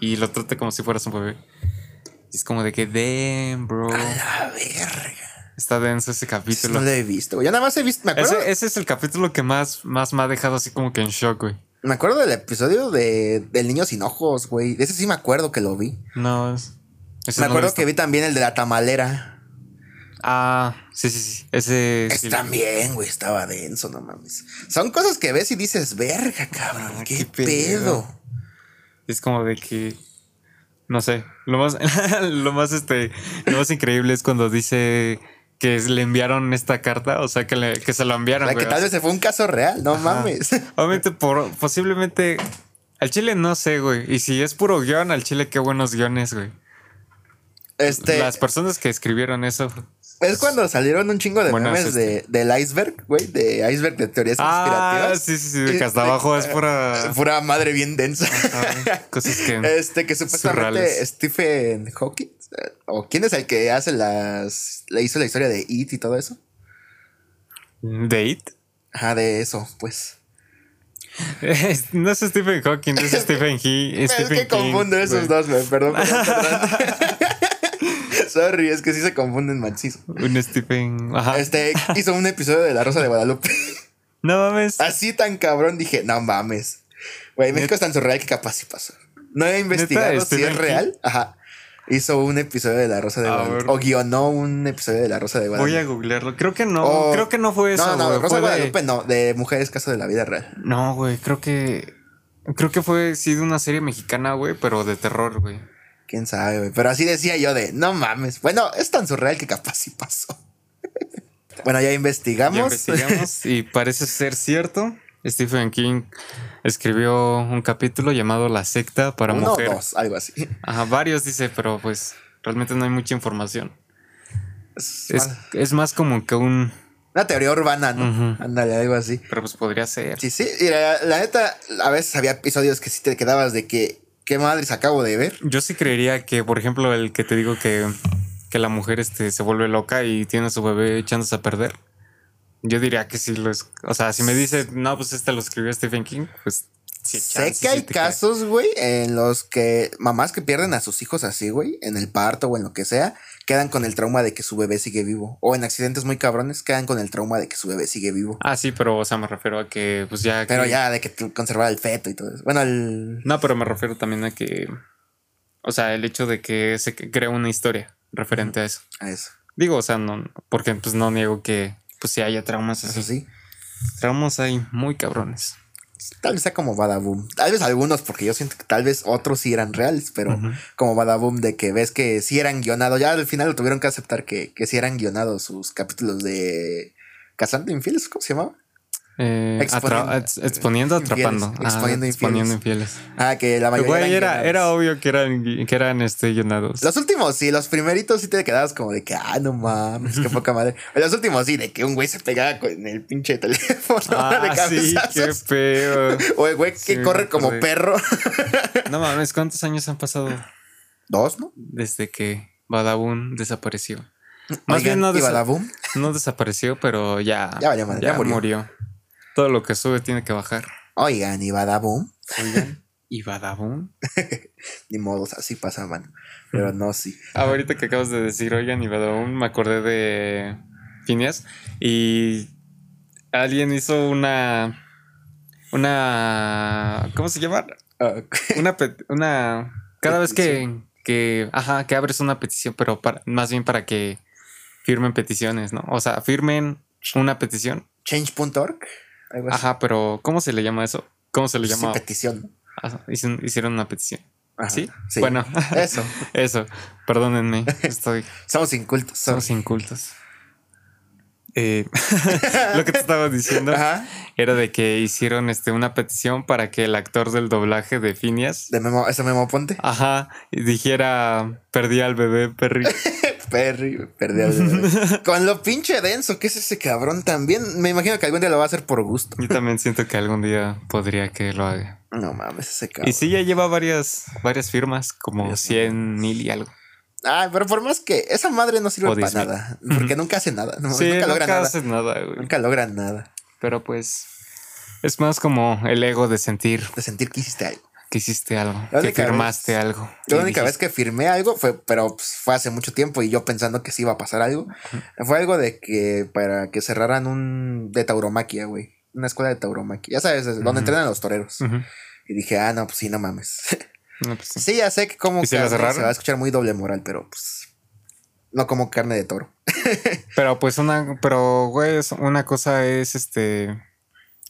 [SPEAKER 2] Y lo trata como si fuera su bebé. Y es como de que, damn, bro.
[SPEAKER 1] A verga.
[SPEAKER 2] Está denso ese
[SPEAKER 1] Eso
[SPEAKER 2] capítulo.
[SPEAKER 1] no lo he visto. güey. Yo nada más he visto. Me acuerdo,
[SPEAKER 2] Ese, ese es el capítulo que más, más me ha dejado así como que en shock, güey.
[SPEAKER 1] me acuerdo del episodio de, del niño sin ojos, güey. De ese sí me acuerdo que lo vi.
[SPEAKER 2] No, es.
[SPEAKER 1] me
[SPEAKER 2] ese no lo he
[SPEAKER 1] acuerdo
[SPEAKER 2] visto.
[SPEAKER 1] que vi también el de la tamalera.
[SPEAKER 2] Ah, sí, sí, sí. Ese.
[SPEAKER 1] Es
[SPEAKER 2] sí lo-
[SPEAKER 1] también, güey, estaba denso, no mames. Son cosas que ves y dices, verga, cabrón,
[SPEAKER 2] Ah,
[SPEAKER 1] qué,
[SPEAKER 2] qué
[SPEAKER 1] pedo.
[SPEAKER 2] pedo. Es como de que. No sé. Lo más. lo más este. Lo más increíble es cuando dice que es- le enviaron esta carta. O sea que, le- que se la enviaron.
[SPEAKER 1] La
[SPEAKER 2] güey,
[SPEAKER 1] que
[SPEAKER 2] o
[SPEAKER 1] tal
[SPEAKER 2] sea,
[SPEAKER 1] vez se fue un caso real, no mames.
[SPEAKER 2] Obviamente, por, posiblemente. Al chile no sé, güey. Y si es puro guión, al chile qué buenos guiones, güey.
[SPEAKER 1] Este,
[SPEAKER 2] Las personas que escribieron eso.
[SPEAKER 1] es cuando salieron un chingo de
[SPEAKER 2] Buenas, este.
[SPEAKER 1] memes de, del iceberg, güey, de iceberg de teorías
[SPEAKER 2] Ah,
[SPEAKER 1] conspirativas.
[SPEAKER 2] sí, sí, sí. de
[SPEAKER 1] Y-
[SPEAKER 2] que hasta abajo es
[SPEAKER 1] Eh,
[SPEAKER 2] pura.
[SPEAKER 1] Pura madre bien densa.
[SPEAKER 2] Ajá, Cosas que.
[SPEAKER 1] Este, que supuestamente
[SPEAKER 2] Surreales.
[SPEAKER 1] Stephen Hawking, eh, o quién es el que hace las. Le hizo la historia de It y todo eso.
[SPEAKER 2] Date.
[SPEAKER 1] Ajá, de eso, pues.
[SPEAKER 2] No es Stephen Hawking, es Stephen He.
[SPEAKER 1] Es
[SPEAKER 2] Stephen
[SPEAKER 1] que confundo
[SPEAKER 2] King,
[SPEAKER 1] esos
[SPEAKER 2] güey.
[SPEAKER 1] dos, güey. Perdón, perdón, perdón. Sorry, es que sí se confunden macizo.
[SPEAKER 2] Un Stephen. Ajá.
[SPEAKER 1] Este hizo un episodio de La Rosa de Guadalupe.
[SPEAKER 2] No mames.
[SPEAKER 1] Así tan cabrón dije, no mames. Güey, México es tan surreal que capaz sí pasó. No he investigado si
[SPEAKER 2] Stephen
[SPEAKER 1] es
[SPEAKER 2] King?
[SPEAKER 1] real. Ajá. Hizo un episodio de La Rosa de
[SPEAKER 2] A
[SPEAKER 1] Guadalupe.
[SPEAKER 2] ver.
[SPEAKER 1] O guionó un episodio de La Rosa de Guadalupe.
[SPEAKER 2] Voy a googlearlo. Creo que no.
[SPEAKER 1] O-
[SPEAKER 2] Creo que no fue eso.
[SPEAKER 1] Oh. No, no,
[SPEAKER 2] güey.
[SPEAKER 1] Rosa
[SPEAKER 2] Fue
[SPEAKER 1] de
[SPEAKER 2] de-
[SPEAKER 1] Guadalupe no, de Mujeres Caso de la Vida Real.
[SPEAKER 2] No, güey. Creo que. Creo que fue sí de una serie mexicana, güey, pero de terror, güey.
[SPEAKER 1] Quién sabe, güey. Pero así decía yo de, no mames. Bueno, es tan surreal que capaz sí pasó. bueno, ya investigamos.
[SPEAKER 2] Ya investigamos y parece ser cierto. Stephen King escribió un capítulo llamado La secta para
[SPEAKER 1] Uno o
[SPEAKER 2] mujer.
[SPEAKER 1] dos, algo así.
[SPEAKER 2] Ajá, varios dice, pero pues realmente no hay mucha información.
[SPEAKER 1] Es
[SPEAKER 2] Es,
[SPEAKER 1] más
[SPEAKER 2] es más como que un.
[SPEAKER 1] Una teoría urbana, ¿no?
[SPEAKER 2] Ujú.
[SPEAKER 1] Ándale, algo así.
[SPEAKER 2] Pero pues podría ser.
[SPEAKER 1] Sí, sí. Y la, la neta, a veces había episodios que sí te quedabas de que, ¿qué madres acabo de ver?
[SPEAKER 2] Yo sí creería que, por ejemplo, el que te digo que, que la mujer este, se vuelve loca y tiene a su bebé echándose a perder. Yo diría que si los. O sea, si me dice, no, pues este lo escribió Stephen King, pues. sí,
[SPEAKER 1] sé
[SPEAKER 2] chance,
[SPEAKER 1] que
[SPEAKER 2] sí
[SPEAKER 1] hay
[SPEAKER 2] te creo.
[SPEAKER 1] casos, güey, en los que mamás que pierden a sus hijos así, güey, en el parto o en lo que sea, quedan con el trauma de que su bebé sigue vivo. O en accidentes muy cabrones, quedan con el trauma de que su bebé sigue vivo.
[SPEAKER 2] Ah, sí, pero, o sea, me refiero a que, pues ya.
[SPEAKER 1] Pero
[SPEAKER 2] que-
[SPEAKER 1] ya de que tú conservar el feto y todo eso. Bueno, el...
[SPEAKER 2] No, pero me refiero también a que. O sea, el hecho de que se crea una historia referente a eso.
[SPEAKER 1] a eso.
[SPEAKER 2] Digo, o sea, no. Porque, pues no niego que, pues sí haya traumas
[SPEAKER 1] Eso
[SPEAKER 2] así.
[SPEAKER 1] sí.
[SPEAKER 2] Traumas hay muy cabrones.
[SPEAKER 1] Tal vez sea como Badaboom. Tal vez algunos, porque yo siento que tal vez otros sí eran reales, pero
[SPEAKER 2] Ujú.
[SPEAKER 1] como Badaboom de que ves que sí eran guionados. Ya al final lo tuvieron que aceptar que, que sí eran guionados sus capítulos de Cazando Infieles, ¿cómo se llamaba?
[SPEAKER 2] Eh,
[SPEAKER 1] Exponiendo-
[SPEAKER 2] atra- ex- exponiendo,
[SPEAKER 1] infieles,
[SPEAKER 2] atrapando. Ah,
[SPEAKER 1] exponiendo
[SPEAKER 2] exponiendo
[SPEAKER 1] infieles.
[SPEAKER 2] infieles.
[SPEAKER 1] Ah, que la mayoría
[SPEAKER 2] Güey,
[SPEAKER 1] eran
[SPEAKER 2] era,
[SPEAKER 1] guionados.
[SPEAKER 2] era obvio que eran, gui- que eran este, guionados.
[SPEAKER 1] Los últimos sí, los primeritos sí te quedabas como de que, ah, no mames, qué poca madre. Los últimos sí, de que un güey se pegaba con el pinche teléfono de
[SPEAKER 2] Ah, sí, qué
[SPEAKER 1] cabezazos.
[SPEAKER 2] feo.
[SPEAKER 1] O el güey que
[SPEAKER 2] Sí, me
[SPEAKER 1] corre como
[SPEAKER 2] acordé.
[SPEAKER 1] perro.
[SPEAKER 2] No mames, ¿cuántos años han pasado?
[SPEAKER 1] Dos, ¿no?
[SPEAKER 2] desde que Badabun desapareció. Más bien
[SPEAKER 1] Oigan,
[SPEAKER 2] no,
[SPEAKER 1] ¿y
[SPEAKER 2] desa-
[SPEAKER 1] Badabum?
[SPEAKER 2] no desapareció, pero ya,
[SPEAKER 1] Ya valió madre, ya murió.
[SPEAKER 2] murió. Todo lo que sube tiene que bajar.
[SPEAKER 1] Oigan, y Badabum.
[SPEAKER 2] Oigan, ¿y Badabun?
[SPEAKER 1] Ni modos, así pasaban. Pero no, sí.
[SPEAKER 2] Ahorita que acabas de decir, oigan, y Badabun, me acordé de Phineas y alguien hizo una... Una... ¿Cómo se llama?
[SPEAKER 1] Ah,
[SPEAKER 2] Una... pet- una cada vez que, que... Ajá, que abres una petición, pero para, más bien para que firmen peticiones, ¿no? O sea, firmen una petición
[SPEAKER 1] Change.org. algo así.
[SPEAKER 2] Ajá, pero ¿cómo se le llama eso? ¿Cómo se le
[SPEAKER 1] Pues Sí,
[SPEAKER 2] llama?
[SPEAKER 1] petición.
[SPEAKER 2] Ah, hicieron, hicieron una petición.
[SPEAKER 1] Ajá,
[SPEAKER 2] ¿Sí? Bueno,
[SPEAKER 1] Eso.
[SPEAKER 2] eso. Perdónenme. Estoy.
[SPEAKER 1] Somos incultos.
[SPEAKER 2] Somos
[SPEAKER 1] sorry.
[SPEAKER 2] incultos. Eh, lo que te estaba diciendo
[SPEAKER 1] Ajá.
[SPEAKER 2] era de que hicieron este, una petición para que el actor del doblaje de Phineas.
[SPEAKER 1] De Memo, ese Memo Ponte.
[SPEAKER 2] Ajá, dijera perdí al bebé Perry.
[SPEAKER 1] Perry, perdí al bebé. Con lo pinche denso que es ese cabrón también. Me imagino que algún día lo va a hacer por gusto.
[SPEAKER 2] Yo también siento que algún día podría que lo haga.
[SPEAKER 1] No mames, ese cabrón.
[SPEAKER 2] Y sí, ya lleva varias, varias firmas, como
[SPEAKER 1] Dios
[SPEAKER 2] 100 mil y algo.
[SPEAKER 1] Ah, pero por más que esa madre no sirve
[SPEAKER 2] O
[SPEAKER 1] para
[SPEAKER 2] Disney.
[SPEAKER 1] nada. Porque nunca hace nada. no,
[SPEAKER 2] Sí,
[SPEAKER 1] nunca
[SPEAKER 2] nunca,
[SPEAKER 1] logra nada.
[SPEAKER 2] hace nada, güey.
[SPEAKER 1] Nunca logra nada.
[SPEAKER 2] Pero pues es más como el ego de sentir
[SPEAKER 1] De sentir que hiciste algo.
[SPEAKER 2] que hiciste algo,
[SPEAKER 1] La
[SPEAKER 2] que
[SPEAKER 1] única vez-
[SPEAKER 2] firmaste algo.
[SPEAKER 1] Yo
[SPEAKER 2] y
[SPEAKER 1] la única
[SPEAKER 2] dijiste,
[SPEAKER 1] vez que firmé algo fue, pero pues, fue hace mucho tiempo y yo pensando que sí iba a pasar algo. Fue algo de que para que cerraran un de tauromaquia, güey. Una escuela de tauromaquia. Ya sabes, es donde
[SPEAKER 2] Ujú.
[SPEAKER 1] entrenan los toreros.
[SPEAKER 2] Ujú.
[SPEAKER 1] Y dije, ah, no, pues sí, no mames.
[SPEAKER 2] No, pues, sí.
[SPEAKER 1] sí, ya sé que como
[SPEAKER 2] ¿Y se la
[SPEAKER 1] carne
[SPEAKER 2] cerraron?
[SPEAKER 1] se va a escuchar muy doble moral, pero pues no como carne de toro.
[SPEAKER 2] Pero pues una, pero güey, es- una cosa es este,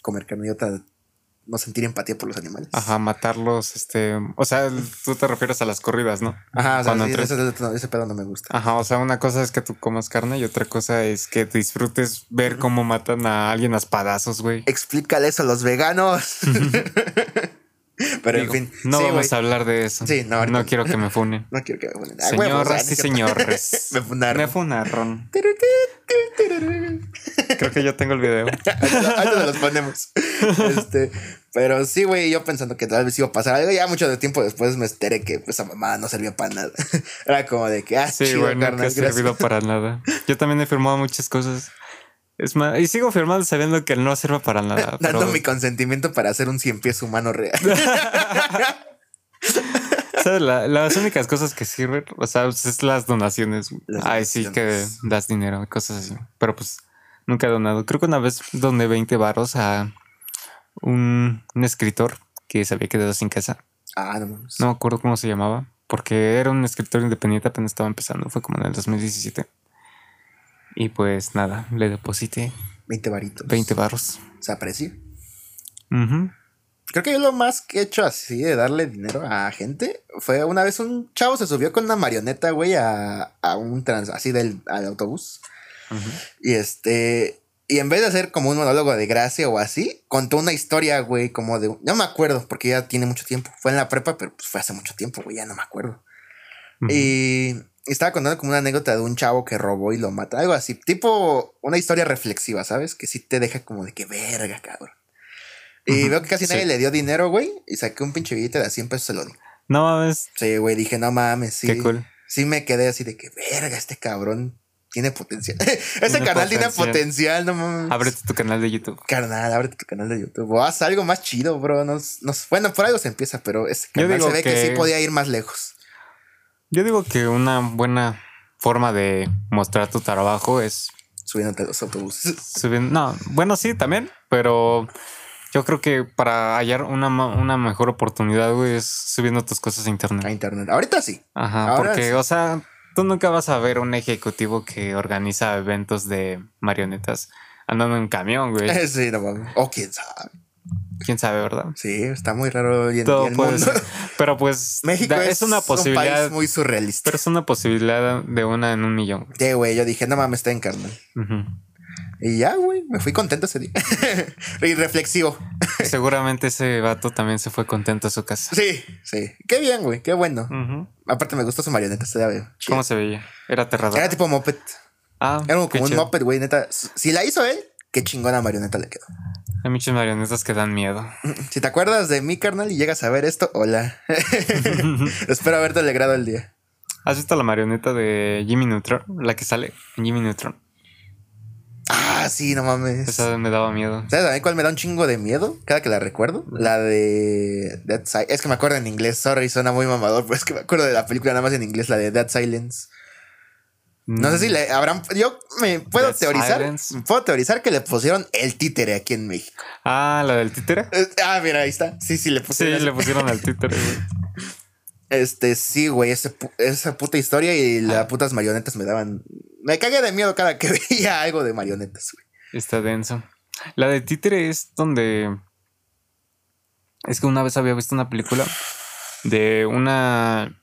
[SPEAKER 1] Comer carne y otra, no sentir empatía por los animales.
[SPEAKER 2] ajá, matarlos, este, o sea, tú te refieres a las corridas, ¿no?
[SPEAKER 1] Ajá, o sea,
[SPEAKER 2] Cuando Ah.
[SPEAKER 1] sí,
[SPEAKER 2] entre-
[SPEAKER 1] ese, ese- ese pedo no me gusta.
[SPEAKER 2] Ajá, o sea, una cosa es que tú comas carne y otra cosa es que disfrutes ver cómo matan a alguien a espadazos, güey.
[SPEAKER 1] Explícale eso a los veganos. pero
[SPEAKER 2] Digo,
[SPEAKER 1] en fin.
[SPEAKER 2] no
[SPEAKER 1] sí, güey.
[SPEAKER 2] vamos a hablar de eso.
[SPEAKER 1] Sí, no,
[SPEAKER 2] no,
[SPEAKER 1] ahorita no.
[SPEAKER 2] quiero que me funen.
[SPEAKER 1] No quiero que me funen. Ah, huevos, ah,
[SPEAKER 2] Señoras
[SPEAKER 1] no
[SPEAKER 2] y
[SPEAKER 1] es cierto.
[SPEAKER 2] señores.
[SPEAKER 1] Me funaron.
[SPEAKER 2] Me funaron.
[SPEAKER 1] Tururú.
[SPEAKER 2] Creo que ya tengo el video.
[SPEAKER 1] Ahorita se los ponemos. Este, pero sí, güey, yo pensando que tal vez iba a pasar algo. Ya mucho de tiempo después me enteré que pues, esa mamá no servía para nada. Era como de que, ah,
[SPEAKER 2] Sí,
[SPEAKER 1] chido,
[SPEAKER 2] bueno,
[SPEAKER 1] carnal,
[SPEAKER 2] que ha
[SPEAKER 1] gracias.
[SPEAKER 2] servido para nada. Yo también he firmado muchas cosas. Es más, y sigo firmando sabiendo que no sirve para nada.
[SPEAKER 1] Dando
[SPEAKER 2] pero
[SPEAKER 1] mi consentimiento para hacer un cien pies humano real.
[SPEAKER 2] ¿sabes? La- las únicas cosas que sirven, o sea, pues, es las donaciones.
[SPEAKER 1] Las
[SPEAKER 2] Ay, sí, que
[SPEAKER 1] donaciones.
[SPEAKER 2] das dinero, cosas así. Pero pues nunca he donado. Creo que una vez doné 20 varos a un, un escritor que se había quedado sin casa.
[SPEAKER 1] ah, no mames.
[SPEAKER 2] No me acuerdo cómo se llamaba, porque era un escritor independiente, apenas estaba empezando, fue como en el 2017. Y pues nada, le deposité
[SPEAKER 1] 20 varitos.
[SPEAKER 2] 20 barros.
[SPEAKER 1] Se aprecia. Creo que yo lo más que he hecho así de darle dinero a gente fue una vez un chavo se subió con una marioneta, güey, a, a un trans, así del al autobús. Y este. Y en vez de hacer como un monólogo de gracia o así, contó una historia, güey, como de. No me acuerdo, porque ya tiene mucho tiempo. Fue en la prepa, pero pues, fue hace mucho tiempo, güey, ya no me acuerdo. Y estaba contando como una anécdota de un chavo que robó y lo mata. Algo así, tipo una historia reflexiva, ¿sabes? Que sí te deja como de que verga, cabrón. Y
[SPEAKER 2] Ujú,
[SPEAKER 1] veo que casi nadie
[SPEAKER 2] sí.
[SPEAKER 1] le dio dinero, güey. Y saqué un pinche billete de a 100 pesos, se lo di.
[SPEAKER 2] No mames,
[SPEAKER 1] Sí, güey, dije, no mames, sí.
[SPEAKER 2] qué cool.
[SPEAKER 1] Sí me quedé así de que, verga, este cabrón tiene potencial. Ese
[SPEAKER 2] Tiene
[SPEAKER 1] canal tiene
[SPEAKER 2] potencial.
[SPEAKER 1] potencial, no mames.
[SPEAKER 2] Ábrete tu canal de YouTube.
[SPEAKER 1] Carnal, ábrete tu canal de YouTube. O haz algo más chido, bro. No, no- bueno, por algo se empieza, pero ese
[SPEAKER 2] Yo
[SPEAKER 1] canal se
[SPEAKER 2] digo
[SPEAKER 1] ve que...
[SPEAKER 2] que-
[SPEAKER 1] sí podía ir más lejos.
[SPEAKER 2] Yo digo que una buena forma de mostrar tu trabajo es
[SPEAKER 1] Subiéndote a los autobuses.
[SPEAKER 2] subiendo. No, bueno, sí, también, pero yo creo que para hallar una, ma- una mejor oportunidad, güey, es subiendo tus cosas a internet.
[SPEAKER 1] A internet. Ahorita sí.
[SPEAKER 2] Ajá,
[SPEAKER 1] Ahora
[SPEAKER 2] porque,
[SPEAKER 1] sí.
[SPEAKER 2] o sea, tú nunca vas a ver un ejecutivo que organiza eventos de marionetas andando en camión, güey.
[SPEAKER 1] sí, no mames. O quién sabe.
[SPEAKER 2] Quién sabe, ¿verdad?
[SPEAKER 1] Sí, está muy raro hoy en día
[SPEAKER 2] Todo
[SPEAKER 1] el
[SPEAKER 2] puede
[SPEAKER 1] mundo.
[SPEAKER 2] ser. Pero pues
[SPEAKER 1] México
[SPEAKER 2] da-
[SPEAKER 1] es,
[SPEAKER 2] es, una
[SPEAKER 1] un
[SPEAKER 2] posibilidad.
[SPEAKER 1] país muy surrealista.
[SPEAKER 2] Pero es una posibilidad de una en un millón.
[SPEAKER 1] Sí, güey, yo dije, no mames, está en carnal.
[SPEAKER 2] Ujú.
[SPEAKER 1] Y ya, güey, me fui contento ese día. y reflexivo.
[SPEAKER 2] Seguramente ese vato también se fue contento a su casa.
[SPEAKER 1] Sí, sí. Qué bien, güey, qué bueno.
[SPEAKER 2] Ujú.
[SPEAKER 1] Aparte, me gustó su marioneta, se la veo. chida.
[SPEAKER 2] ¿Cómo se veía? Era aterrador.
[SPEAKER 1] Era tipo moped.
[SPEAKER 2] ah,
[SPEAKER 1] Era como
[SPEAKER 2] qué
[SPEAKER 1] un
[SPEAKER 2] chido.
[SPEAKER 1] moped, güey, neta. Si la hizo él, qué chingona marioneta le quedó.
[SPEAKER 2] Hay muchas marionetas que dan miedo.
[SPEAKER 1] Si te acuerdas de mí, carnal, y llegas a ver esto, hola. Espero haberte alegrado el día.
[SPEAKER 2] ¿Has visto la marioneta de Jimmy Neutron? La que sale en Jimmy Neutron.
[SPEAKER 1] Ah, sí, no mames.
[SPEAKER 2] Esa me daba miedo.
[SPEAKER 1] ¿Sabes también cuál me da un chingo de miedo? Cada que la recuerdo. La de Dead Silence. Es que me acuerdo en inglés, sorry, suena muy mamador, pero es que me acuerdo de la película nada más en inglés, la de Dead Silence. No
[SPEAKER 2] Mm.
[SPEAKER 1] sé si le habrán. Yo me puedo
[SPEAKER 2] Dead
[SPEAKER 1] teorizar.
[SPEAKER 2] Silence.
[SPEAKER 1] Puedo teorizar que le pusieron el títere aquí en México.
[SPEAKER 2] Ah, la del títere.
[SPEAKER 1] Eh, Ah, mira, ahí está. Sí, sí, le
[SPEAKER 2] Sí,
[SPEAKER 1] pusieron.
[SPEAKER 2] le pusieron al títere, güey.
[SPEAKER 1] Este, sí, güey, ese pu- esa puta historia y
[SPEAKER 2] Ah.
[SPEAKER 1] las putas marionetas me daban. Me cagué de miedo cada que veía algo de marionetas, güey.
[SPEAKER 2] Está denso. La de títere es donde. Es que una vez había visto una película de una.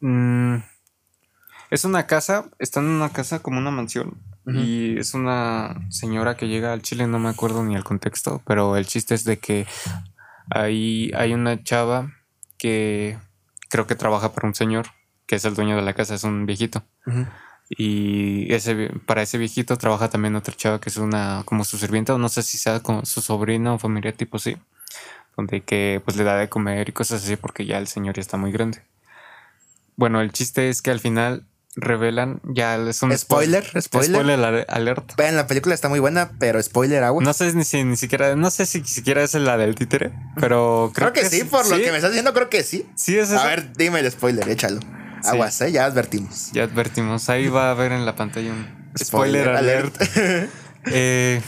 [SPEAKER 2] mm, es una casa, están en una casa como una mansión. Y es una señora que llega al Chile, no me acuerdo ni el contexto, pero el chiste es de que ahí hay una chava que creo que trabaja para un señor, que es el dueño de la casa, es un viejito. Y ese, vi- para ese viejito trabaja también otra chava que es una como su sirvienta, o no sé si sea con su sobrina o familiar tipo sí, donde que pues le da de comer y cosas así porque ya el señor ya está muy grande. Bueno, el chiste es que al final revelan, ya es un
[SPEAKER 1] Spoiler, spoiler.
[SPEAKER 2] spoiler alert.
[SPEAKER 1] Vean, la película está muy buena, pero spoiler agua.
[SPEAKER 2] No sé ni si ni siquiera, no sé si siquiera es la del títere, pero
[SPEAKER 1] creo, que, sí, por lo que me estás diciendo, creo que sí.
[SPEAKER 2] Sí, es
[SPEAKER 1] A
[SPEAKER 2] esa.
[SPEAKER 1] ver, dime el spoiler, échalo.
[SPEAKER 2] Sí.
[SPEAKER 1] Aguas, ¿eh? Ya advertimos.
[SPEAKER 2] Ya advertimos, ahí va a haber en la pantalla un spoiler, alert. Eh,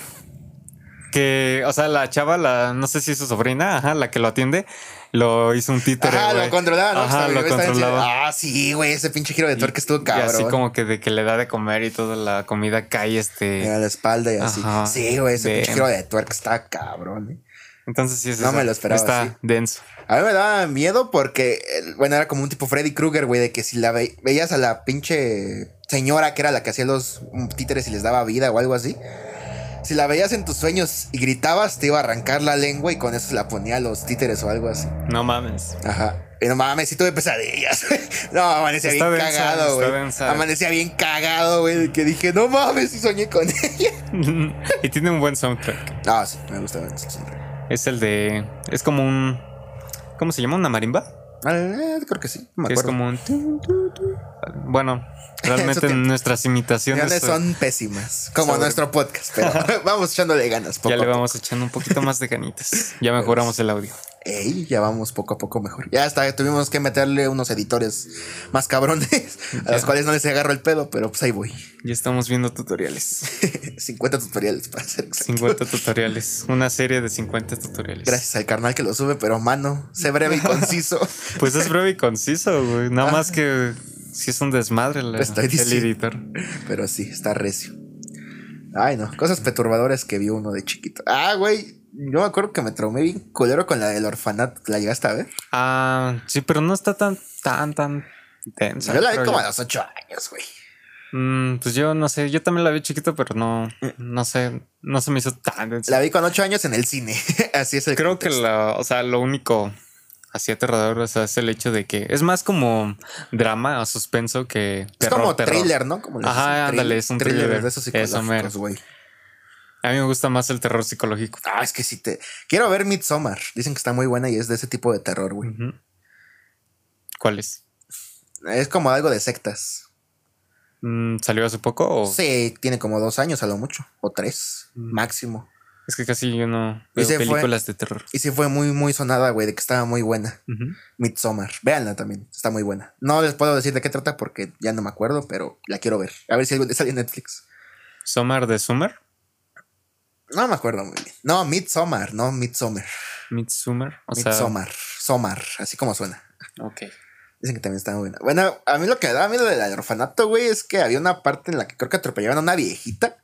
[SPEAKER 2] que, o sea, la chava, la, no sé si es su sobrina, ajá, la que lo atiende, lo hizo un títere.
[SPEAKER 1] Ajá,
[SPEAKER 2] güey.
[SPEAKER 1] Ah, lo controlaba, ¿no? pues,
[SPEAKER 2] Ajá,
[SPEAKER 1] Estaba-
[SPEAKER 2] lo
[SPEAKER 1] estaba encima.
[SPEAKER 2] controlaba.
[SPEAKER 1] Ah, sí, güey, ese pinche giro de tuerca estuvo
[SPEAKER 2] Y
[SPEAKER 1] cabrón.
[SPEAKER 2] así como que de que le da de comer y toda la comida cae
[SPEAKER 1] Mira,
[SPEAKER 2] este.
[SPEAKER 1] la espalda y así.
[SPEAKER 2] Ajá.
[SPEAKER 1] Sí, güey, ese
[SPEAKER 2] Bien.
[SPEAKER 1] pinche giro de tuerca está cabrón, ¿eh?
[SPEAKER 2] Entonces sí es
[SPEAKER 1] No
[SPEAKER 2] esa.
[SPEAKER 1] me lo esperaba,
[SPEAKER 2] Está
[SPEAKER 1] sí.
[SPEAKER 2] denso.
[SPEAKER 1] A mí me daba miedo porque, eh, bueno, era como un tipo Freddy Krueger, güey, de que si la ve- veías a la pinche señora que era la que hacía los mm, títeres y les daba vida o algo así, si la veías en tus sueños y gritabas, te iba a arrancar la lengua y con eso se la ponía a los títeres o algo así.
[SPEAKER 2] No mames.
[SPEAKER 1] Ajá. Y no mames, sí tuve pesadillas. no, amanecía
[SPEAKER 2] Está
[SPEAKER 1] bien
[SPEAKER 2] densa,
[SPEAKER 1] cagado,
[SPEAKER 2] está
[SPEAKER 1] güey.
[SPEAKER 2] densa.
[SPEAKER 1] Amanecía bien cagado, güey, de que dije, no mames, y soñé con ella.
[SPEAKER 2] y tiene un buen soundtrack.
[SPEAKER 1] Ah, sí, me gusta ver eso siempre.
[SPEAKER 2] Es el de. Es como un. ¿Cómo se llama? ¿Una marimba?
[SPEAKER 1] Ah, eh, creo que sí, no me
[SPEAKER 2] Que es
[SPEAKER 1] acuerdo.
[SPEAKER 2] como un. tun, tun, tun. Bueno, realmente
[SPEAKER 1] tiene-
[SPEAKER 2] nuestras imitaciones.
[SPEAKER 1] Opiniones son pésimas, como
[SPEAKER 2] eh, sobre-
[SPEAKER 1] nuestro podcast, pero vamos echándole ganas. Poco
[SPEAKER 2] Ya le
[SPEAKER 1] a
[SPEAKER 2] vamos echando un poquito más de ganitas. Ya mejoramos el audio.
[SPEAKER 1] poco. Ey, ya vamos poco a poco mejor. Ya hasta tuvimos que meterle unos editores más cabrones, a los cuales no les agarro el pedo, pero pues ahí voy.
[SPEAKER 2] Ya estamos viendo tutoriales.
[SPEAKER 1] 50 tutoriales para hacer.
[SPEAKER 2] 50 tutoriales. Una serie de 50 tutoriales.
[SPEAKER 1] Gracias al carnal que lo sube, pero mano, sé breve y conciso.
[SPEAKER 2] Pues es breve y conciso, güey. Nada
[SPEAKER 1] Ah.
[SPEAKER 2] más que si es un desmadre la-
[SPEAKER 1] Te estoy
[SPEAKER 2] el
[SPEAKER 1] diciendo.
[SPEAKER 2] editor.
[SPEAKER 1] pero sí, está recio. Ay, no, cosas perturbadoras que vio uno de chiquito. Ah, güey, yo me acuerdo que me traumé bien culero con la del orfanato. ¿La llegaste a ver?
[SPEAKER 2] Ah, sí, pero no está tan, tan, tan densa.
[SPEAKER 1] Yo la vi
[SPEAKER 2] creo
[SPEAKER 1] como a
[SPEAKER 2] yo.
[SPEAKER 1] los 8 años, güey.
[SPEAKER 2] Mm, pues yo no sé. Yo también la vi chiquito, pero no,
[SPEAKER 1] Mm.
[SPEAKER 2] no sé. No se me hizo tan densa.
[SPEAKER 1] La vi con ocho años en el cine. Así es el
[SPEAKER 2] Creo que la, o sea, lo único así aterrador o sea, es el hecho de que es más como drama o suspenso que
[SPEAKER 1] Es
[SPEAKER 2] terror,
[SPEAKER 1] como
[SPEAKER 2] terror.
[SPEAKER 1] thriller, ¿no? Como les
[SPEAKER 2] Ajá,
[SPEAKER 1] dicen,
[SPEAKER 2] ándale, es un thriller.
[SPEAKER 1] de esos
[SPEAKER 2] Eso, mero.
[SPEAKER 1] psicológicos, güey.
[SPEAKER 2] A mí me gusta más el terror psicológico.
[SPEAKER 1] Ah, es que si te... Quiero ver Midsommar. Dicen que está muy buena y es de ese tipo de terror, güey.
[SPEAKER 2] Ujú. ¿Cuál es?
[SPEAKER 1] Es como algo de sectas.
[SPEAKER 2] Mm, ¿Salió hace poco o
[SPEAKER 1] Sí, tiene como dos años a lo mucho. O tres,
[SPEAKER 2] Mm.
[SPEAKER 1] máximo.
[SPEAKER 2] es que casi yo no
[SPEAKER 1] Y
[SPEAKER 2] veo
[SPEAKER 1] se fue.
[SPEAKER 2] películas de terror?
[SPEAKER 1] Y sí fue muy, muy sonada, güey, de que estaba muy buena.
[SPEAKER 2] Ujú.
[SPEAKER 1] Midsommar. Véanla también, está muy buena. No les puedo decir de qué trata porque ya no me acuerdo, pero la quiero ver. A ver si algo sale en Netflix.
[SPEAKER 2] Summer de Summer,
[SPEAKER 1] No me acuerdo muy bien. No, Midsommar, no Midsommar.
[SPEAKER 2] Midsummer, o sea,
[SPEAKER 1] Midsommar, Somar, así como suena.
[SPEAKER 2] ok.
[SPEAKER 1] Dicen que también está muy buena. Bueno, a mí lo que me daba miedo del orfanato, güey, es que había una parte en la que creo que atropellaban a una viejita.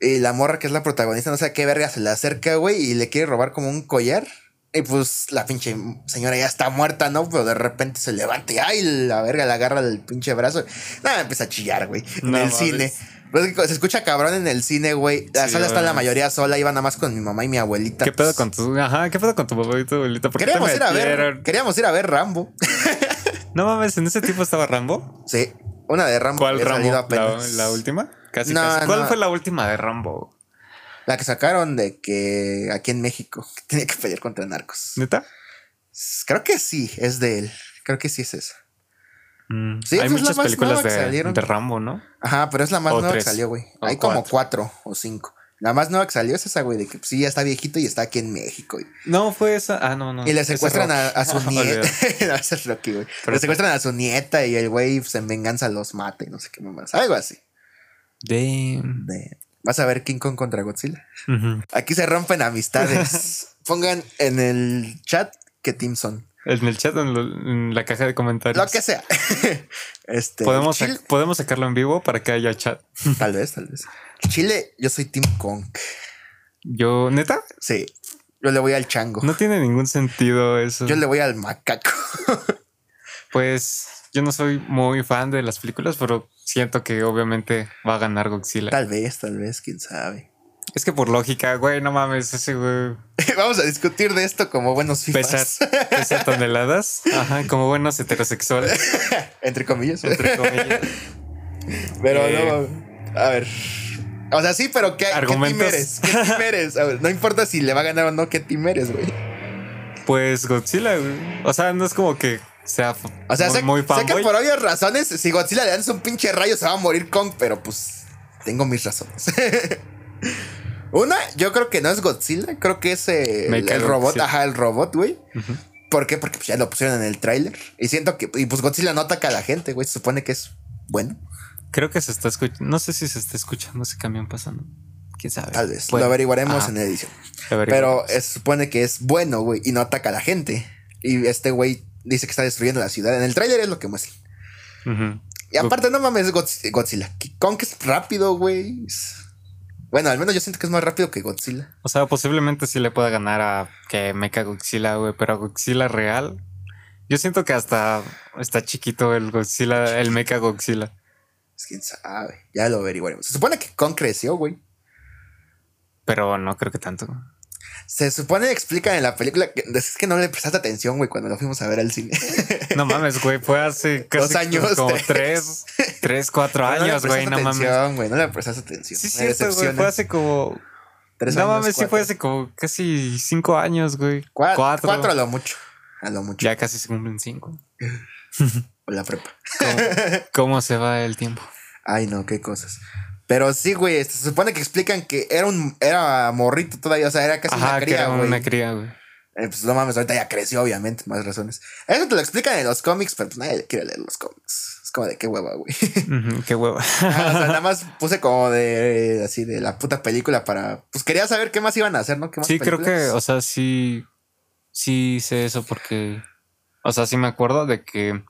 [SPEAKER 1] Y la morra que es la protagonista, no sé a qué verga, se le acerca, güey, y le quiere robar como un collar. Y pues la pinche señora ya está muerta, ¿no? Pero de repente se levanta y ay, la verga le agarra el pinche brazo. Nada, empieza a chillar, güey. En
[SPEAKER 2] No
[SPEAKER 1] el
[SPEAKER 2] mames.
[SPEAKER 1] cine. Pues, es que se escucha cabrón en el cine, güey. La
[SPEAKER 2] Sí,
[SPEAKER 1] sala está la
[SPEAKER 2] obviamente.
[SPEAKER 1] mayoría sola, iba nada más con mi mamá y mi abuelita.
[SPEAKER 2] ¿Qué pedo
[SPEAKER 1] Pues,
[SPEAKER 2] con tu, ajá, qué pedo con tu papá y tu abuelita? ¿Por qué te
[SPEAKER 1] Queríamos ir a ver.
[SPEAKER 2] metieron?
[SPEAKER 1] Queríamos ir a ver Rambo.
[SPEAKER 2] No mames, en ese tiempo estaba Rambo.
[SPEAKER 1] Sí, una de Rambo.
[SPEAKER 2] ¿Cuál
[SPEAKER 1] que ha
[SPEAKER 2] Rambo?
[SPEAKER 1] salido
[SPEAKER 2] ¿La,
[SPEAKER 1] apenas.
[SPEAKER 2] la última? Casi,
[SPEAKER 1] No,
[SPEAKER 2] casi. ¿Cuál
[SPEAKER 1] no.
[SPEAKER 2] fue la última de Rambo?
[SPEAKER 1] La que sacaron de que aquí en México que tenía que pelear contra narcos.
[SPEAKER 2] ¿Neta?
[SPEAKER 1] Creo que sí, es de él. Creo que sí es esa.
[SPEAKER 2] Mm.
[SPEAKER 1] Sí, esa
[SPEAKER 2] Hay
[SPEAKER 1] es la
[SPEAKER 2] muchas
[SPEAKER 1] más
[SPEAKER 2] películas
[SPEAKER 1] nueva que
[SPEAKER 2] de,
[SPEAKER 1] salieron.
[SPEAKER 2] de Rambo, ¿no?
[SPEAKER 1] Ajá, pero es la más
[SPEAKER 2] O
[SPEAKER 1] nueva
[SPEAKER 2] tres,
[SPEAKER 1] que salió, güey.
[SPEAKER 2] o
[SPEAKER 1] Hay como cuatro o cinco. La más nueva que salió es esa, güey, de que pues, sí, ya está viejito y está aquí en México. Y,
[SPEAKER 2] No, fue esa. Ah, no, no.
[SPEAKER 1] y le
[SPEAKER 2] esa
[SPEAKER 1] secuestran a, a su
[SPEAKER 2] Rocky.
[SPEAKER 1] nieta.
[SPEAKER 2] Olvídalo.
[SPEAKER 1] No, ese es Rocky, güey.
[SPEAKER 2] Pero
[SPEAKER 1] Le
[SPEAKER 2] esa-
[SPEAKER 1] secuestran a su nieta y el güey pues, en venganza los mata y no sé qué más. Algo así.
[SPEAKER 2] Damn.
[SPEAKER 1] De- Vas a ver King Kong contra Godzilla.
[SPEAKER 2] Ujú.
[SPEAKER 1] Aquí se rompen amistades. Pongan en el chat que Tim son.
[SPEAKER 2] En el chat, en, lo- en la caja de comentarios.
[SPEAKER 1] Lo que sea. este,
[SPEAKER 2] podemos,
[SPEAKER 1] Chile-
[SPEAKER 2] sac- podemos sacarlo en vivo para que haya chat.
[SPEAKER 1] Tal vez, tal vez. Chile, yo soy Tim Kong.
[SPEAKER 2] Yo, neta,
[SPEAKER 1] Sí. Yo le voy al chango.
[SPEAKER 2] no tiene ningún sentido eso.
[SPEAKER 1] Yo le voy al macaco.
[SPEAKER 2] Pues yo no soy muy fan de las películas, pero siento que obviamente va a ganar Godzilla.
[SPEAKER 1] Tal vez, tal vez, quién sabe.
[SPEAKER 2] Es que por lógica, güey, no mames, ese güey
[SPEAKER 1] Vamos a discutir de esto como buenos
[SPEAKER 2] pesa,
[SPEAKER 1] fifas.
[SPEAKER 2] pesa toneladas. Ajá, como buenos heterosexuales,
[SPEAKER 1] Entre comillas. ¿eh?
[SPEAKER 2] entre comillas.
[SPEAKER 1] Pero
[SPEAKER 2] Eh.
[SPEAKER 1] no. A ver. O sea, sí, pero ¿qué, ¿qué team
[SPEAKER 2] Argumentos.
[SPEAKER 1] eres? ¿Qué team eres? A ver, no importa si le va a ganar o no, ¿qué team eres, güey?
[SPEAKER 2] Pues Godzilla, güey. O sea, no es como que sea
[SPEAKER 1] O sea,
[SPEAKER 2] muy,
[SPEAKER 1] sé,
[SPEAKER 2] muy
[SPEAKER 1] sé que
[SPEAKER 2] fanboy.
[SPEAKER 1] por obvias razones, si Godzilla le dan su pinche rayo, se va a morir Kong, pero pues tengo mis razones. Una, yo creo que no es Godzilla, creo que es eh,
[SPEAKER 2] Me
[SPEAKER 1] el,
[SPEAKER 2] cae
[SPEAKER 1] el robot,
[SPEAKER 2] Godzilla.
[SPEAKER 1] ajá, el robot, güey. ¿Por qué? Porque pues, ya lo pusieron en el tráiler. Y siento que, y pues Godzilla no ataca a la gente, güey, se supone que es bueno,
[SPEAKER 2] Creo que se está escuchando. No sé si se está escuchando ese camión pasando. Quién sabe.
[SPEAKER 1] tal vez.
[SPEAKER 2] Bueno,
[SPEAKER 1] lo averiguaremos
[SPEAKER 2] ajá,
[SPEAKER 1] en la edición.
[SPEAKER 2] lo
[SPEAKER 1] Pero
[SPEAKER 2] averiguaremos.
[SPEAKER 1] eh, se supone que es bueno, güey, y no ataca a la gente. Y este güey dice que está destruyendo la ciudad. En el tráiler es lo que muestra.
[SPEAKER 2] Ujú.
[SPEAKER 1] Y aparte, no mames, Godz- Godzilla. Kong es rápido, güey. Bueno, al menos yo siento que es más rápido que Godzilla.
[SPEAKER 2] O sea, posiblemente sí le pueda ganar a que Mecha Godzilla, güey, pero a Godzilla real. Yo siento que hasta está chiquito el Godzilla, el Mecha Godzilla.
[SPEAKER 1] Pues, quién sabe. Ya lo averiguaremos. Se supone que Kong creció, güey.
[SPEAKER 2] Pero no creo que tanto.
[SPEAKER 1] Se supone, explican en la película. Que, es que no le prestaste atención, güey, cuando lo fuimos a ver al cine.
[SPEAKER 2] No mames, güey, fue hace casi
[SPEAKER 1] Dos años,
[SPEAKER 2] como
[SPEAKER 1] tres.
[SPEAKER 2] tres, tres, cuatro años, güey, no mames.
[SPEAKER 1] atención, güey. No le prestaste atención.
[SPEAKER 2] Sí, es
[SPEAKER 1] Me
[SPEAKER 2] cierto, güey, fue
[SPEAKER 1] decepcionas.
[SPEAKER 2] hace como.
[SPEAKER 1] Tres
[SPEAKER 2] no
[SPEAKER 1] años,
[SPEAKER 2] mames, sí fue
[SPEAKER 1] cuatro.
[SPEAKER 2] hace como casi cinco años, güey.
[SPEAKER 1] Cua-
[SPEAKER 2] cuatro.
[SPEAKER 1] cuatro. a lo mucho. A lo mucho.
[SPEAKER 2] Ya casi se cumplen cinco.
[SPEAKER 1] O la prepa.
[SPEAKER 2] ¿Cómo, cómo se va el tiempo?
[SPEAKER 1] Ay, no, qué cosas. Pero sí, güey, este, se supone que explican que era un era morrito todavía, o sea, era casi
[SPEAKER 2] Ajá,
[SPEAKER 1] una
[SPEAKER 2] que
[SPEAKER 1] cría,
[SPEAKER 2] era
[SPEAKER 1] güey.
[SPEAKER 2] una cría, güey.
[SPEAKER 1] Eh, pues no mames, ahorita ya creció, obviamente, más razones. Eso te lo explican en los cómics, pero pues nadie le quiere leer los cómics. Es como de qué hueva, güey.
[SPEAKER 2] Ujú, Qué hueva.
[SPEAKER 1] Ajá, o sea, nada más puse como de así de la puta película para. Pues quería saber qué más iban a hacer, ¿no? ¿Qué más
[SPEAKER 2] Sí, creo que,
[SPEAKER 1] películas?
[SPEAKER 2] o sea, sí, sí sé eso porque, o sea, sí me acuerdo de que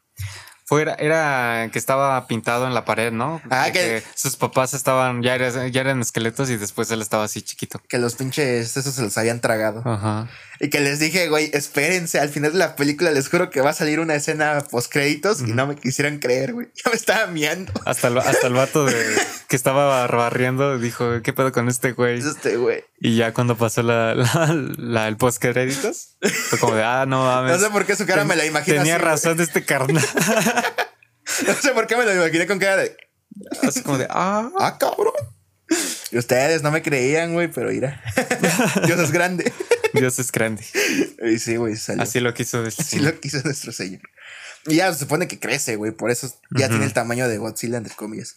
[SPEAKER 2] fuera, era que estaba pintado en la pared, ¿no?
[SPEAKER 1] Ah,
[SPEAKER 2] De
[SPEAKER 1] que-
[SPEAKER 2] sus papás estaban, ya, era- ya eran esqueletos y después él estaba así chiquito.
[SPEAKER 1] Que los pinches esos se los habían tragado.
[SPEAKER 2] Ajá.
[SPEAKER 1] Y que les dije, güey, espérense, al final de la película les juro que va a salir una escena post créditos y no me quisieran creer, güey. Yo me estaba miando.
[SPEAKER 2] Hasta el, hasta el vato de, que estaba barriendo dijo, ¿qué pedo con este güey?
[SPEAKER 1] Este, güey.
[SPEAKER 2] Y ya cuando pasó la, la, la- el post créditos, fue como de, ah, no mames.
[SPEAKER 1] No sé por qué su cara me la imaginé.
[SPEAKER 2] Tenía
[SPEAKER 1] así,
[SPEAKER 2] razón este carnal.
[SPEAKER 1] güey. No sé por qué me la imaginé con cara de.
[SPEAKER 2] Así como de, ah.
[SPEAKER 1] ¡Ah, cabrón! Y ustedes no me creían, güey, pero mira. Dios es grande.
[SPEAKER 2] Dios es grande.
[SPEAKER 1] Y sí, güey, salió. Así,
[SPEAKER 2] Así lo quiso decir.
[SPEAKER 1] lo quiso nuestro señor. Y ya se supone que crece, güey. Por eso ya
[SPEAKER 2] Ujú.
[SPEAKER 1] tiene el tamaño de Godzilla, entre comillas.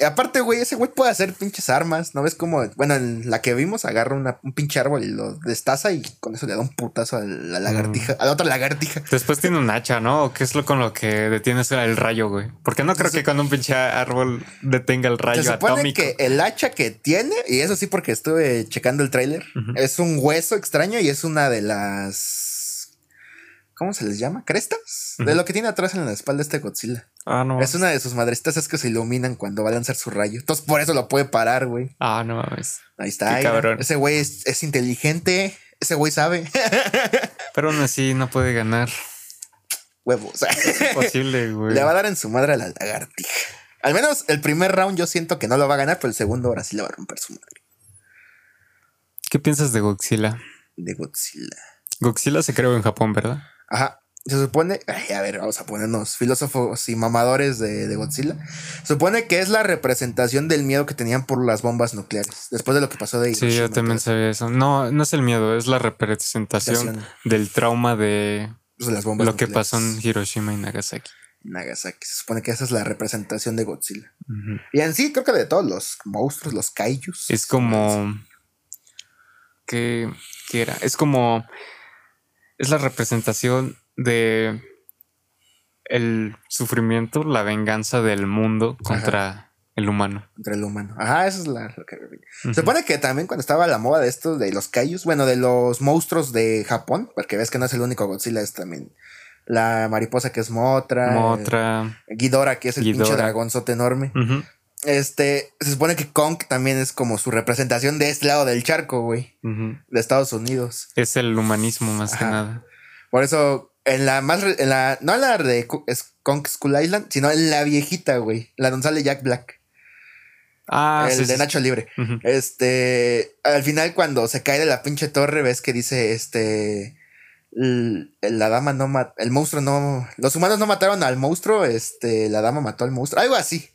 [SPEAKER 1] Y aparte, güey, ese güey puede hacer pinches armas. ¿No ves cómo? Bueno, en la que vimos agarra una- un pinche árbol y lo destaza y con eso le da un putazo a la lagartija, a la otra lagartija.
[SPEAKER 2] Después tiene un hacha, ¿no? ¿O ¿Qué es lo con lo que detienes el rayo, güey? Porque no creo que cuando un pinche árbol detenga el rayo
[SPEAKER 1] Se supone
[SPEAKER 2] Ah, atómico.
[SPEAKER 1] que el hacha que tiene, y eso sí porque estuve checando el tráiler,
[SPEAKER 2] Ujú.
[SPEAKER 1] es un hueso extraño y es una de las... ¿Cómo se les llama? ¿Crestas? De
[SPEAKER 2] Ujú.
[SPEAKER 1] lo que tiene atrás en la espalda este Godzilla.
[SPEAKER 2] Ah, no.
[SPEAKER 1] Es una de sus madrecitas es que se iluminan cuando va a lanzar su rayo. Entonces por eso lo puede parar, güey.
[SPEAKER 2] Ah, no mames.
[SPEAKER 1] Ahí
[SPEAKER 2] Qué
[SPEAKER 1] está. ahí,
[SPEAKER 2] cabrón.
[SPEAKER 1] Ese güey es, es inteligente. Ese güey sabe.
[SPEAKER 2] Pero aún así no puede ganar.
[SPEAKER 1] Huevos.
[SPEAKER 2] Posible, güey.
[SPEAKER 1] Le va a dar en su madre a la lagartija. Al menos el primer round yo siento que no lo va a ganar, pero el segundo ahora sí le va a romper su madre.
[SPEAKER 2] ¿Qué piensas de Godzilla?
[SPEAKER 1] De Godzilla.
[SPEAKER 2] Godzilla se creó en Japón, ¿verdad?
[SPEAKER 1] Ajá. Se supone, ay, a ver, vamos a ponernos filósofos y mamadores de, de Godzilla. Supone que es la representación del miedo que tenían por las bombas nucleares, después de lo que pasó de
[SPEAKER 2] Sí,
[SPEAKER 1] Hiroshima,
[SPEAKER 2] yo también
[SPEAKER 1] todo
[SPEAKER 2] sabía eso. No, no es el miedo, es la representación
[SPEAKER 1] Representación.
[SPEAKER 2] del trauma de
[SPEAKER 1] eso de pues, las bombas
[SPEAKER 2] lo que
[SPEAKER 1] nucleares.
[SPEAKER 2] pasó en Hiroshima y Nagasaki.
[SPEAKER 1] Nagasaki. Se supone que esa es la representación de Godzilla.
[SPEAKER 2] Ujú.
[SPEAKER 1] Y en sí, creo que de todos los monstruos, los kaijus.
[SPEAKER 2] Es como. ¿Qué, qué era? Es como. Es la representación de. El sufrimiento, la venganza del mundo contra el humano.
[SPEAKER 1] Entre el humano. Ajá, eso es la, lo que...
[SPEAKER 2] Ujú.
[SPEAKER 1] Se supone que también cuando estaba la moda de estos, de los kaijus, bueno, de los monstruos de Japón, porque ves que no es el único Godzilla, es también la mariposa que es Motra.
[SPEAKER 2] Como otra.
[SPEAKER 1] eh, Ghidorah, que es el pinche
[SPEAKER 2] Ghidorah.
[SPEAKER 1] dragonzote enorme.
[SPEAKER 2] Ujú.
[SPEAKER 1] Este, se supone que Kong también es como su representación de este lado del charco, güey,
[SPEAKER 2] Ujú.
[SPEAKER 1] de Estados Unidos.
[SPEAKER 2] Es el humanismo más que
[SPEAKER 1] Ajá.
[SPEAKER 2] nada.
[SPEAKER 1] Por eso, en la más, re- en la, no en la de Ku- es- Kong Skull Island, sino en la viejita, güey, la donde sale Jack Black,
[SPEAKER 2] Ah,
[SPEAKER 1] el
[SPEAKER 2] sí,
[SPEAKER 1] de
[SPEAKER 2] sí, sí.
[SPEAKER 1] Nacho Libre.
[SPEAKER 2] Ujú.
[SPEAKER 1] Este, al final cuando se cae de la pinche torre, ves que dice, este, l- la dama no mató, el monstruo no, los humanos no mataron al monstruo, este, la dama mató al monstruo, algo así,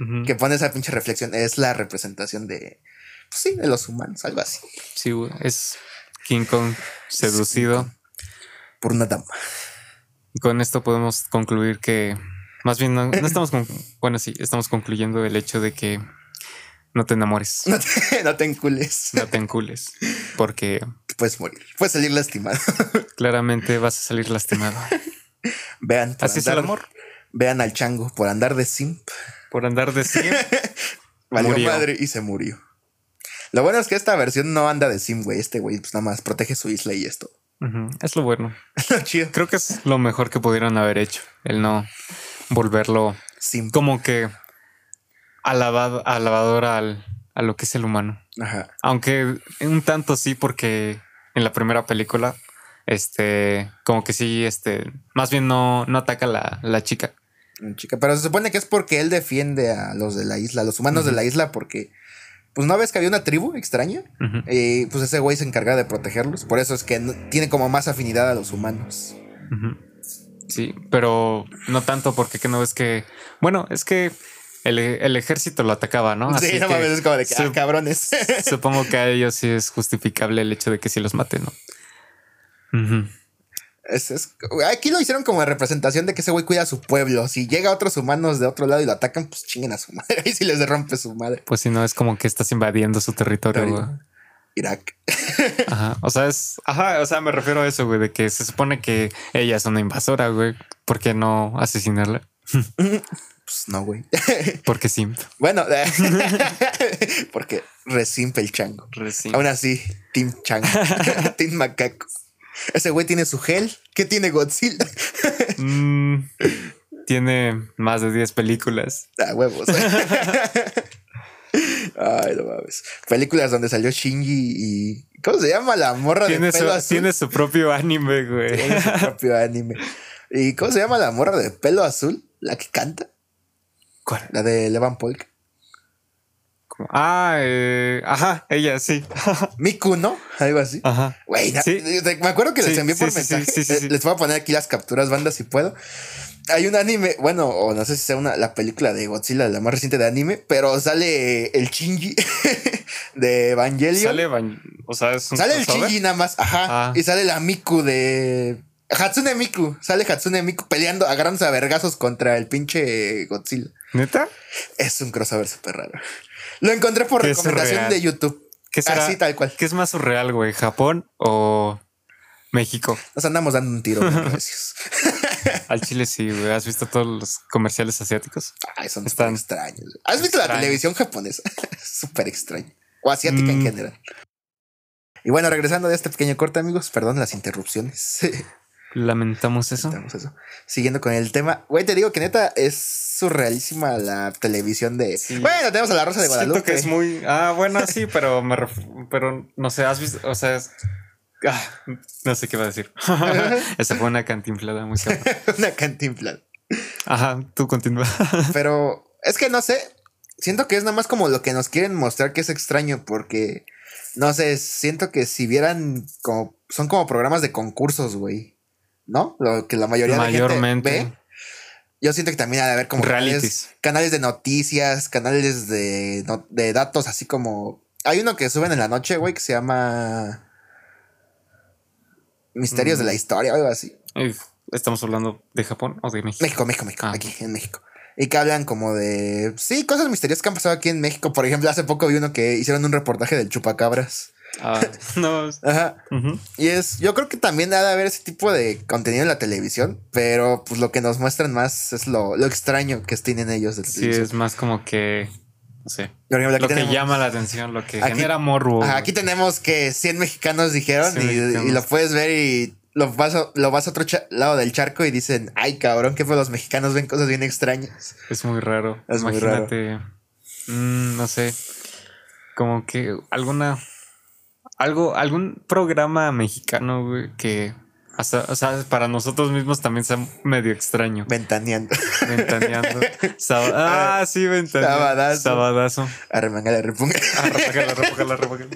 [SPEAKER 2] Ujú.
[SPEAKER 1] que pone esa pinche reflexión, es la representación de, pues sí, de los humanos, algo así,
[SPEAKER 2] Sí, güey. Es King Kong seducido.
[SPEAKER 1] por una dama.
[SPEAKER 2] Y con esto podemos concluir que, más bien, no, no estamos, con, bueno, sí, estamos concluyendo el hecho de que no te enamores,
[SPEAKER 1] No te, no te encules,
[SPEAKER 2] no te encules, porque
[SPEAKER 1] te puedes morir, puedes salir lastimado.
[SPEAKER 2] claramente vas a salir lastimado.
[SPEAKER 1] Vean, por
[SPEAKER 2] Así es el
[SPEAKER 1] andar-
[SPEAKER 2] amor,
[SPEAKER 1] Vean al chango por andar de simp.
[SPEAKER 2] por andar de sí.
[SPEAKER 1] Valió
[SPEAKER 2] Murió.
[SPEAKER 1] madre y se murió. Lo bueno es que esta versión no anda de sim, güey. Este güey, pues nada más protege su isla y es todo.
[SPEAKER 2] Ujú, Es lo bueno.
[SPEAKER 1] Lo chido.
[SPEAKER 2] Creo que es lo mejor que pudieron haber hecho, el no volverlo
[SPEAKER 1] Sim.
[SPEAKER 2] como que alabado, alabador al, a lo que es el humano.
[SPEAKER 1] Ajá.
[SPEAKER 2] Aunque un tanto sí, porque en la primera película, este, como que sí, este, más bien no, no ataca a la, la chica.
[SPEAKER 1] Un chica. Pero se supone que es porque él defiende a los de la isla, a los humanos de la isla, porque. Pues no ves que había una tribu extraña.
[SPEAKER 2] Ujú.
[SPEAKER 1] Y pues ese güey se encarga de protegerlos. Por eso es que no- tiene como más afinidad a los humanos.
[SPEAKER 2] Ujú. Sí, pero no tanto porque que no es que, bueno, es que el, el ejército lo atacaba, ¿no? Así
[SPEAKER 1] sí, no
[SPEAKER 2] Ah, que
[SPEAKER 1] mames, es como de que,
[SPEAKER 2] se-
[SPEAKER 1] ah, cabrones.
[SPEAKER 2] supongo que a ellos sí es justificable el hecho de que sí los mate, ¿no? Ujú.
[SPEAKER 1] Es- es- aquí lo hicieron como representación de que ese güey cuida a su pueblo. Si llega otros humanos de otro lado y lo atacan, pues chinguen a su madre. Y si les rompe su madre.
[SPEAKER 2] Pues si no, es como que estás invadiendo su territorio.
[SPEAKER 1] Territorio.
[SPEAKER 2] güey.
[SPEAKER 1] Irak.
[SPEAKER 2] Ajá, o sea, es, ajá, o sea, me refiero a eso, güey, de que se supone que ella es una invasora, güey, ¿por qué no asesinarla?
[SPEAKER 1] Pues no, güey.
[SPEAKER 2] Porque sí.
[SPEAKER 1] Bueno, porque resimpe el chango. Aún así, Team Chango. team Macaco. Ese güey tiene su gel. ¿Qué tiene Godzilla?
[SPEAKER 2] Mm, tiene más de 10 películas.
[SPEAKER 1] Ah, huevos. Ay, no mames. Películas donde salió Shinji y. ¿Cómo se llama la morra
[SPEAKER 2] Tiene
[SPEAKER 1] de
[SPEAKER 2] su,
[SPEAKER 1] pelo azul?
[SPEAKER 2] tiene su propio anime, güey.
[SPEAKER 1] Tiene su propio anime. ¿Y cómo se llama la morra de pelo azul? La que canta,
[SPEAKER 2] ¿Cuál?
[SPEAKER 1] la de Levan Polk.
[SPEAKER 2] ¿Cómo? Ah, eh, ajá, ella, sí.
[SPEAKER 1] Miku, ¿no? Algo así.
[SPEAKER 2] Ajá.
[SPEAKER 1] Güey, na-
[SPEAKER 2] Ah, Sí.
[SPEAKER 1] te- me acuerdo que les
[SPEAKER 2] Sí,
[SPEAKER 1] envié
[SPEAKER 2] sí,
[SPEAKER 1] por
[SPEAKER 2] sí,
[SPEAKER 1] mensaje. Eh,
[SPEAKER 2] sí, sí, sí, sí.
[SPEAKER 1] Les voy a poner aquí las capturas, bandas, si puedo. Hay un anime, bueno, o no sé si sea una, la película de Godzilla, la más reciente de anime, pero sale el Shinji de Evangelion.
[SPEAKER 2] Sale,
[SPEAKER 1] Sale,
[SPEAKER 2] bañ- o sea, es un
[SPEAKER 1] el
[SPEAKER 2] crossover.
[SPEAKER 1] Shinji nada más, ajá.
[SPEAKER 2] Ah.
[SPEAKER 1] Y sale la Miku de. Hatsune Miku, sale Hatsune Miku peleando, agarrándose a vergazos contra el pinche Godzilla.
[SPEAKER 2] ¿Neta?
[SPEAKER 1] Es un crossover súper raro. Lo encontré por
[SPEAKER 2] Que es
[SPEAKER 1] recomendación
[SPEAKER 2] real.
[SPEAKER 1] de YouTube.
[SPEAKER 2] ¿Qué será?
[SPEAKER 1] Así tal cual.
[SPEAKER 2] ¿Qué es más surreal, güey? ¿Japón o México?
[SPEAKER 1] Nos andamos dando un tiro. güey, gracias.
[SPEAKER 2] Al Chile sí, güey. ¿Has visto todos los comerciales asiáticos?
[SPEAKER 1] Ay, son
[SPEAKER 2] Están
[SPEAKER 1] súper extraños. ¿Has visto la
[SPEAKER 2] extraños.
[SPEAKER 1] televisión japonesa? Súper extraña. O asiática en
[SPEAKER 2] Mm.
[SPEAKER 1] general. Y bueno, regresando de este pequeño corte, amigos, perdón las interrupciones.
[SPEAKER 2] Lamentamos eso.
[SPEAKER 1] Estamos eso. Siguiendo con el tema. Güey, te digo que neta es surrealísima la televisión de.
[SPEAKER 2] Sí.
[SPEAKER 1] Bueno, tenemos a la Rosa de Guadalupe.
[SPEAKER 2] Siento que es muy. Ah, bueno, sí, pero me ref- pero no sé, has visto. O sea, es- ah, no sé qué va a decir. Esa fue una cantinflada muy cabrón.
[SPEAKER 1] Una cantinflada.
[SPEAKER 2] Ajá, tú continúa.
[SPEAKER 1] Pero es que no sé. Siento que es nada más como lo que nos quieren mostrar que es extraño, porque no sé, siento que si vieran como son como programas de concursos, güey. ¿No? Lo que la mayoría de la gente ve.
[SPEAKER 2] Mayormente.
[SPEAKER 1] Yo siento que también ha de haber como canales,
[SPEAKER 2] Realities.
[SPEAKER 1] canales de noticias, canales de, no- de datos, así como. Hay uno que suben en la noche, güey, que se
[SPEAKER 2] Mm.
[SPEAKER 1] llama Misterios de la Historia o algo así.
[SPEAKER 2] Eh, ¿Estamos hablando de Japón o de México?
[SPEAKER 1] México, México, México,
[SPEAKER 2] Ah.
[SPEAKER 1] aquí en México. Y que hablan como de, sí, cosas misteriosas que han pasado aquí en México. Por ejemplo, hace poco vi uno que hicieron un reportaje del chupacabras.
[SPEAKER 2] Ah, no.
[SPEAKER 1] Ajá.
[SPEAKER 2] ujú.
[SPEAKER 1] Y es, yo creo que también ha de haber ese tipo de contenido en la televisión, pero pues lo que nos muestran más es lo, lo extraño que tienen ellos. de
[SPEAKER 2] Sí,
[SPEAKER 1] televisión.
[SPEAKER 2] es más como que. No sé.
[SPEAKER 1] Por ejemplo, aquí
[SPEAKER 2] Lo que
[SPEAKER 1] tenemos-
[SPEAKER 2] llama la atención, lo que
[SPEAKER 1] Aquí-
[SPEAKER 2] genera morbo.
[SPEAKER 1] Ajá, aquí tenemos que 100 mexicanos dijeron
[SPEAKER 2] 100
[SPEAKER 1] y,
[SPEAKER 2] mexicanos.
[SPEAKER 1] y lo puedes ver y lo vas, a, lo vas a otro cha- lado del charco y dicen, ay cabrón, que fue los mexicanos ven cosas bien extrañas.
[SPEAKER 2] Es muy raro.
[SPEAKER 1] Es muy raro.
[SPEAKER 2] Imagínate. mm, no sé. Como que alguna. Algo, algún programa mexicano, güey, que. hasta- o sea, para nosotros mismos también sea medio extraño.
[SPEAKER 1] Ventaneando.
[SPEAKER 2] Ventaneando. Sab- ah, sí, ventaneando.
[SPEAKER 1] Eh, Sabadazo.
[SPEAKER 2] Sabadazo.
[SPEAKER 1] Arremangala, repunga.
[SPEAKER 2] Ah, repágala, repágala, repágala.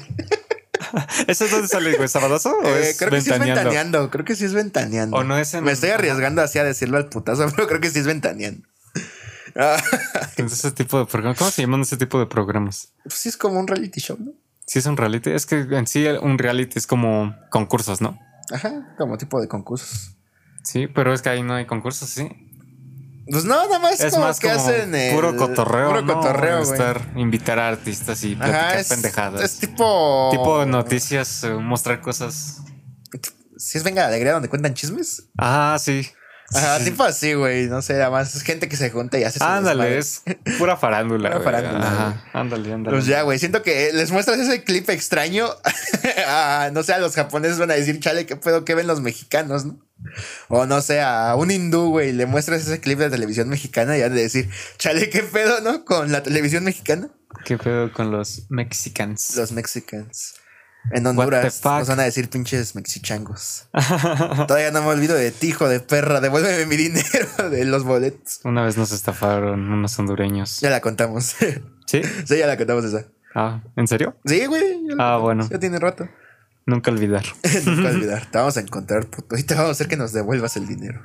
[SPEAKER 2] ¿Eso es donde sale, güey? ¿Sabadazo o
[SPEAKER 1] Eh,
[SPEAKER 2] es
[SPEAKER 1] creo que sí es
[SPEAKER 2] ventaneando?
[SPEAKER 1] ventaneando, creo que sí es ventaneando.
[SPEAKER 2] O no es en-
[SPEAKER 1] Me estoy arriesgando así a decirlo al putazo, pero creo que sí es ventaneando. Ah,
[SPEAKER 2] Entonces, ese tipo de programas. ¿Cómo se llaman ese tipo de programas?
[SPEAKER 1] pues sí es como un reality show, ¿no?
[SPEAKER 2] Si es un reality, es que en sí un reality es como concursos, ¿no?
[SPEAKER 1] Ajá, como tipo de concursos.
[SPEAKER 2] Sí, pero es que ahí no hay concursos, sí.
[SPEAKER 1] Pues no, nada más
[SPEAKER 2] Es
[SPEAKER 1] como
[SPEAKER 2] más
[SPEAKER 1] que
[SPEAKER 2] como
[SPEAKER 1] hacen el-
[SPEAKER 2] puro cotorreo.
[SPEAKER 1] Puro
[SPEAKER 2] ¿no?
[SPEAKER 1] cotorreo, güey.
[SPEAKER 2] Estar, invitar a artistas y platicar
[SPEAKER 1] Ajá, es,
[SPEAKER 2] pendejadas.
[SPEAKER 1] es tipo.
[SPEAKER 2] Tipo noticias, eh, mostrar cosas.
[SPEAKER 1] Si es Venga la Alegría donde cuentan chismes.
[SPEAKER 2] Ah, sí.
[SPEAKER 1] Ajá,
[SPEAKER 2] Sí, sí, sí.
[SPEAKER 1] tipo así, güey. No sé, además es gente que se junta y hace su
[SPEAKER 2] Ándale,
[SPEAKER 1] desmadre.
[SPEAKER 2] es pura farándula.
[SPEAKER 1] Pura
[SPEAKER 2] güey.
[SPEAKER 1] farándula,
[SPEAKER 2] Ajá, ándale, ándale.
[SPEAKER 1] Pues ya, güey. Siento que les muestras ese clip extraño. a, no sé, a los japoneses van a decir, chale, ¿qué pedo que ven los mexicanos, no? O no sé, a un hindú, güey, le muestras ese clip de televisión mexicana y han de decir, chale, ¿qué pedo, no? Con la televisión mexicana.
[SPEAKER 2] ¿Qué pedo con los mexicans?
[SPEAKER 1] Los mexicans. En
[SPEAKER 2] the
[SPEAKER 1] Honduras
[SPEAKER 2] fuck?
[SPEAKER 1] nos van a decir pinches mexichangos. Todavía no me olvido de ti, hijo de perra. Devuélveme mi dinero de los boletos.
[SPEAKER 2] Una vez nos estafaron unos hondureños.
[SPEAKER 1] Ya la contamos. sí,
[SPEAKER 2] ¿Sí?
[SPEAKER 1] ya la contamos esa.
[SPEAKER 2] Ah, ¿en serio?
[SPEAKER 1] Sí, güey. ya la
[SPEAKER 2] Ah,
[SPEAKER 1] contamos,
[SPEAKER 2] bueno.
[SPEAKER 1] Ya tiene rato.
[SPEAKER 2] Nunca olvidar.
[SPEAKER 1] Nunca olvidar. Te vamos a encontrar, puto. Y te vamos a hacer que nos devuelvas el dinero.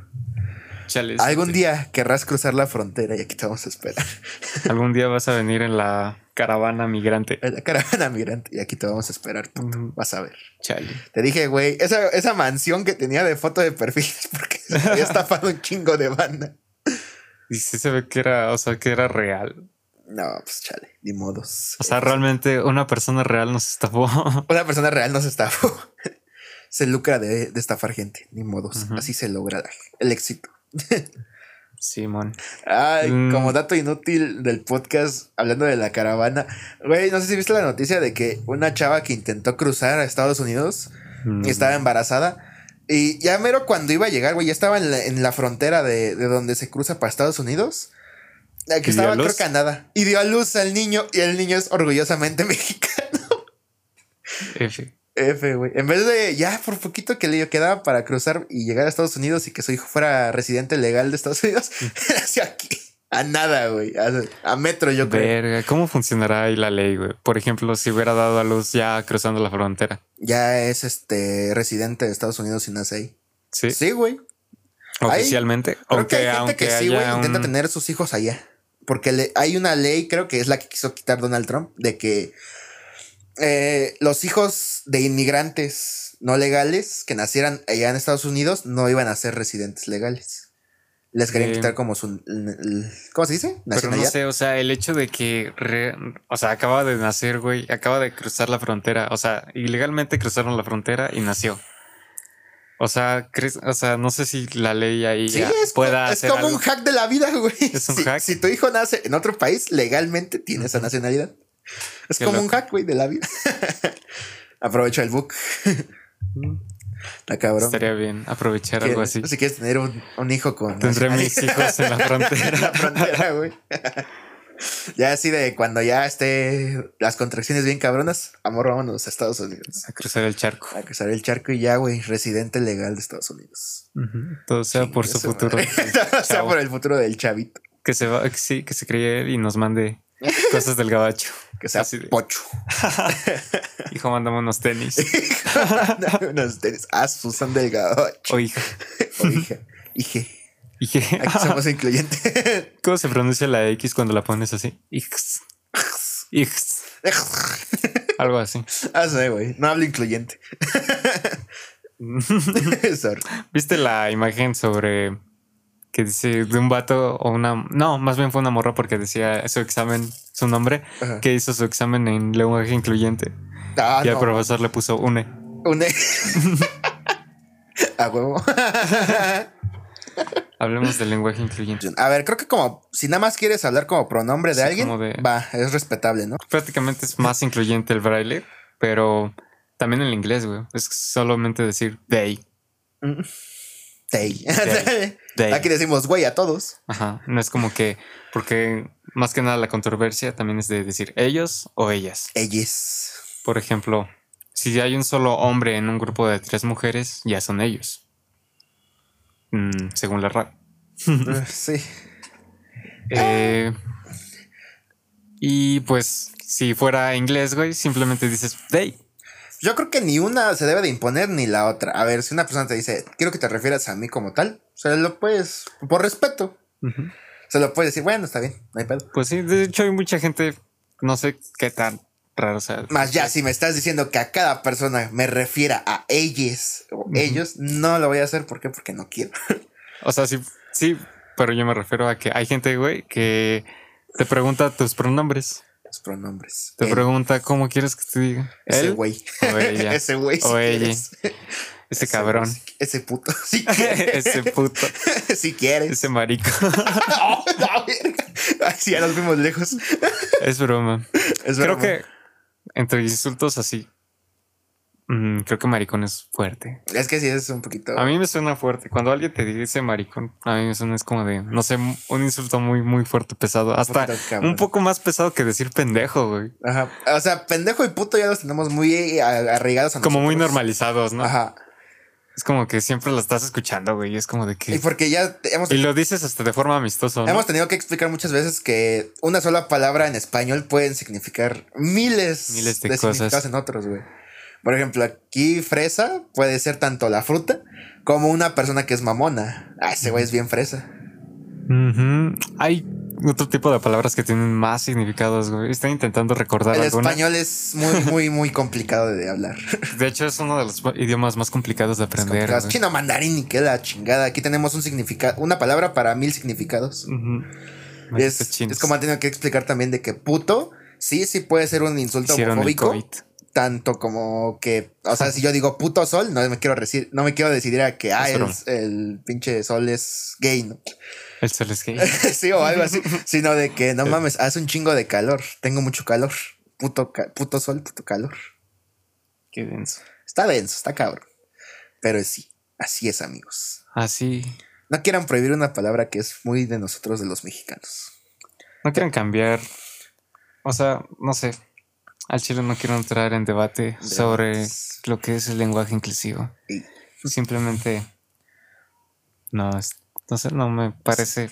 [SPEAKER 2] Chales.
[SPEAKER 1] Algún día querrás cruzar la frontera y aquí te vamos a esperar.
[SPEAKER 2] Algún día vas a venir en la caravana migrante.
[SPEAKER 1] En la caravana migrante y aquí te vamos a esperar, puto.
[SPEAKER 2] Ujú.
[SPEAKER 1] Vas a ver.
[SPEAKER 2] Chale.
[SPEAKER 1] Te dije, güey, esa, esa mansión que tenía de foto de perfil es porque se había estafado un chingo de banda.
[SPEAKER 2] Y sí se ve que era, o sea, que era real.
[SPEAKER 1] No, pues chale, ni modos.
[SPEAKER 2] O sea, realmente una persona real nos estafó.
[SPEAKER 1] Una persona real no se estafó. se lucra de, de estafar gente, ni modos.
[SPEAKER 2] Ujú.
[SPEAKER 1] Así se logra la- el éxito.
[SPEAKER 2] Simón.
[SPEAKER 1] Ay,
[SPEAKER 2] Mm.
[SPEAKER 1] como dato inútil del podcast, hablando de la caravana. Güey, no sé si viste la noticia de que una chava que intentó cruzar a Estados Unidos
[SPEAKER 2] Mm.
[SPEAKER 1] y estaba embarazada. Y ya mero cuando iba a llegar, güey, ya estaba en la, en la frontera de, de donde se cruza para Estados Unidos. La
[SPEAKER 2] ¿Y
[SPEAKER 1] que estaba,
[SPEAKER 2] dio a
[SPEAKER 1] creo
[SPEAKER 2] luz?
[SPEAKER 1] Canadá. Y dio a luz al niño, y el niño es orgullosamente mexicano.
[SPEAKER 2] F.
[SPEAKER 1] F, güey. En vez de ya por poquito que le quedaba para cruzar y llegar a Estados Unidos y que su hijo fuera residente legal de Estados Unidos, era hacia aquí. A nada, güey. A, a metro, yo creo.
[SPEAKER 2] Verga, ¿cómo funcionará ahí la ley, güey? Por ejemplo, si hubiera dado a luz ya cruzando la frontera.
[SPEAKER 1] Ya es este residente de Estados Unidos y nace ahí.
[SPEAKER 2] Sí,
[SPEAKER 1] Sí, güey. Ahí-
[SPEAKER 2] oficialmente.
[SPEAKER 1] Creo
[SPEAKER 2] aunque
[SPEAKER 1] que hay gente
[SPEAKER 2] aunque
[SPEAKER 1] que sí,
[SPEAKER 2] haya
[SPEAKER 1] güey, intenta
[SPEAKER 2] un-
[SPEAKER 1] tener sus hijos allá. Porque le- hay una ley, creo que es la que quiso quitar Donald Trump, de que eh, los hijos de inmigrantes no legales que nacieran allá en Estados Unidos no iban a ser residentes legales. Les querían
[SPEAKER 2] Sí.
[SPEAKER 1] quitar como su... l- l- ¿Cómo se dice?
[SPEAKER 2] Pero no
[SPEAKER 1] Nacionalidad.
[SPEAKER 2] sé, o sea, el hecho de que, re- o sea, acaba de nacer, güey, acaba de cruzar la frontera, o sea, ilegalmente cruzaron la frontera y nació. O sea, ¿crees- o sea, no sé si la ley ahí
[SPEAKER 1] Sí,
[SPEAKER 2] ya
[SPEAKER 1] es,
[SPEAKER 2] pueda
[SPEAKER 1] co- es
[SPEAKER 2] hacer
[SPEAKER 1] como
[SPEAKER 2] algo.
[SPEAKER 1] un hack de la vida, güey.
[SPEAKER 2] Es un
[SPEAKER 1] si,
[SPEAKER 2] hack.
[SPEAKER 1] si tu hijo nace en otro país, legalmente tiene esa nacionalidad. Es
[SPEAKER 2] Qué
[SPEAKER 1] como un
[SPEAKER 2] loco.
[SPEAKER 1] hack, güey, de la vida. Aprovecho el book. Está cabrón.
[SPEAKER 2] Estaría bien aprovechar algo así.
[SPEAKER 1] Si quieres tener un, un hijo con.
[SPEAKER 2] Tendré
[SPEAKER 1] nacionalidad
[SPEAKER 2] mis hijos en la
[SPEAKER 1] en la
[SPEAKER 2] frontera.
[SPEAKER 1] frontera, güey. ya así de cuando ya esté las contracciones bien cabronas, amor, vámonos a Estados Unidos.
[SPEAKER 2] A cruzar el charco.
[SPEAKER 1] A cruzar el charco y ya, güey, residente legal de Estados Unidos.
[SPEAKER 2] Ujú. Todo sea por su
[SPEAKER 1] Chingue
[SPEAKER 2] futuro.
[SPEAKER 1] madre. o sea,
[SPEAKER 2] Chavo.
[SPEAKER 1] por el futuro del chavito.
[SPEAKER 2] Que se va, que sí, que se críe él y nos mande cosas del gabacho.
[SPEAKER 1] Que sea
[SPEAKER 2] Así de-
[SPEAKER 1] pocho.
[SPEAKER 2] Hijo, mandamos unos tenis.
[SPEAKER 1] No, unos tenis. Ah, Susan Delgado.
[SPEAKER 2] O hija.
[SPEAKER 1] O hija. Hije.
[SPEAKER 2] Hije.
[SPEAKER 1] Aquí somos incluyentes.
[SPEAKER 2] ¿Cómo se pronuncia la X cuando la pones así? Ix. Ix. Algo así.
[SPEAKER 1] ah, sí, güey. No hablo incluyente. Sorry.
[SPEAKER 2] ¿Viste la imagen sobre que dice de un vato o una. No, más bien fue una morra porque decía su examen, su nombre,
[SPEAKER 1] Ajá.
[SPEAKER 2] que hizo su examen en lenguaje incluyente.
[SPEAKER 1] Ah,
[SPEAKER 2] y
[SPEAKER 1] no.
[SPEAKER 2] al profesor le puso une.
[SPEAKER 1] Un- e- A huevo.
[SPEAKER 2] Hablemos del lenguaje incluyente.
[SPEAKER 1] A ver, creo que como si nada más quieres hablar como pronombre de
[SPEAKER 2] Sí,
[SPEAKER 1] alguien,
[SPEAKER 2] como de-
[SPEAKER 1] va, es respetable, ¿no?
[SPEAKER 2] Prácticamente es más incluyente el braille, pero también el inglés, güey. Es solamente decir they.
[SPEAKER 1] Tey.
[SPEAKER 2] Tey. they.
[SPEAKER 1] Aquí decimos güey a todos.
[SPEAKER 2] Ajá. No es como que. Porque más que nada la controversia también es de decir ellos o ellas.
[SPEAKER 1] Ellos.
[SPEAKER 2] Por ejemplo, si hay un solo hombre en un grupo de tres mujeres, ya son ellos. Mm, según la RAP.
[SPEAKER 1] sí.
[SPEAKER 2] Eh, y pues, si fuera inglés, güey, simplemente dices they.
[SPEAKER 1] Yo creo que ni una se debe de imponer ni la otra. A ver, si una persona te dice, quiero que te refieras a mí como tal, se lo puedes, por respeto, se lo puedes decir, bueno, está bien, no hay pedo.
[SPEAKER 2] Pues sí, de hecho hay mucha gente, no sé qué tan raro sea.
[SPEAKER 1] Más ya, si me estás diciendo que a cada persona me refiera a ellos o ellos, no lo voy a hacer. ¿Por qué? Porque no quiero.
[SPEAKER 2] O sea, sí, sí, pero yo me refiero a que hay gente, güey, que te pregunta tus pronombres.
[SPEAKER 1] Los pronombres.
[SPEAKER 2] Te
[SPEAKER 1] Él,
[SPEAKER 2] pregunta cómo quieres que te diga.
[SPEAKER 1] Eh. Ese
[SPEAKER 2] Él,
[SPEAKER 1] güey.
[SPEAKER 2] o ella.
[SPEAKER 1] Ese güey. si
[SPEAKER 2] O ella.
[SPEAKER 1] quieres.
[SPEAKER 2] ese
[SPEAKER 1] Ese
[SPEAKER 2] cabrón.
[SPEAKER 1] güey, si- Ese puto. Si quieres.
[SPEAKER 2] ese puto,
[SPEAKER 1] si quieres.
[SPEAKER 2] ese marico.
[SPEAKER 1] No, la verga. Ay, sí, ya nos vimos lejos.
[SPEAKER 2] es broma.
[SPEAKER 1] Es
[SPEAKER 2] Creo
[SPEAKER 1] broma.
[SPEAKER 2] que entre insultos así, mm, creo que maricón es fuerte.
[SPEAKER 1] Es que sí, es un poquito.
[SPEAKER 2] A mí me suena fuerte. Cuando alguien te dice maricón, a mí me suena es como de, no sé, un insulto muy, muy fuerte, pesado. Hasta
[SPEAKER 1] poquito cabrón.
[SPEAKER 2] un poco más pesado que decir pendejo, güey.
[SPEAKER 1] Ajá. O sea, pendejo y puto ya los tenemos muy eh, a- arraigados a
[SPEAKER 2] Como muy
[SPEAKER 1] nosotros.
[SPEAKER 2] normalizados, ¿no?
[SPEAKER 1] Ajá.
[SPEAKER 2] Es como que siempre lo estás escuchando, güey. y Es como de
[SPEAKER 1] Y pues,
[SPEAKER 2] que...
[SPEAKER 1] porque ya te- hemos,
[SPEAKER 2] Y lo dices hasta de forma amistosa. ¿no?
[SPEAKER 1] hemos tenido que explicar muchas veces que una sola palabra en español pueden significar miles,
[SPEAKER 2] Miles de cosas.
[SPEAKER 1] significados en otros, güey. Por ejemplo, aquí fresa puede ser tanto la fruta como una persona que es mamona. Ah, ese güey es bien fresa.
[SPEAKER 2] Ujú. Hay otro tipo de palabras que tienen más significados, güey. Estoy intentando recordar
[SPEAKER 1] El
[SPEAKER 2] alguna.
[SPEAKER 1] español es muy, muy, muy complicado de hablar.
[SPEAKER 2] De hecho, es uno de los idiomas más complicados de aprender.
[SPEAKER 1] Complicado.
[SPEAKER 2] güey.
[SPEAKER 1] Chino mandarín y que la chingada. Aquí tenemos un significado, una palabra para mil significados.
[SPEAKER 2] Ujú.
[SPEAKER 1] Es,
[SPEAKER 2] Malditos chinos.
[SPEAKER 1] es como han tenido que explicar también de que puto, sí, sí puede ser un insulto
[SPEAKER 2] Hicieron el
[SPEAKER 1] homofóbico,
[SPEAKER 2] COVID.
[SPEAKER 1] tanto como que, o sea, si yo digo puto sol, no me quiero decir, no me quiero decidir a que, ah,
[SPEAKER 2] Es
[SPEAKER 1] el,
[SPEAKER 2] broma.
[SPEAKER 1] el pinche sol es gay, ¿no?
[SPEAKER 2] El sol es gay.
[SPEAKER 1] sí, o algo así, sino de que, no mames, hace un chingo de calor, tengo mucho calor, puto, ca- puto sol, puto calor.
[SPEAKER 2] Qué denso.
[SPEAKER 1] Está denso, está cabrón. Pero sí, así es, amigos.
[SPEAKER 2] Así.
[SPEAKER 1] No quieran prohibir una palabra que es muy de nosotros, de los mexicanos.
[SPEAKER 2] No quieren cambiar. O sea, no sé. Al chile no quiero entrar en debate
[SPEAKER 1] Debates.
[SPEAKER 2] sobre lo que es el lenguaje inclusivo.
[SPEAKER 1] Y-
[SPEAKER 2] Simplemente. No, es- no sé, no me parece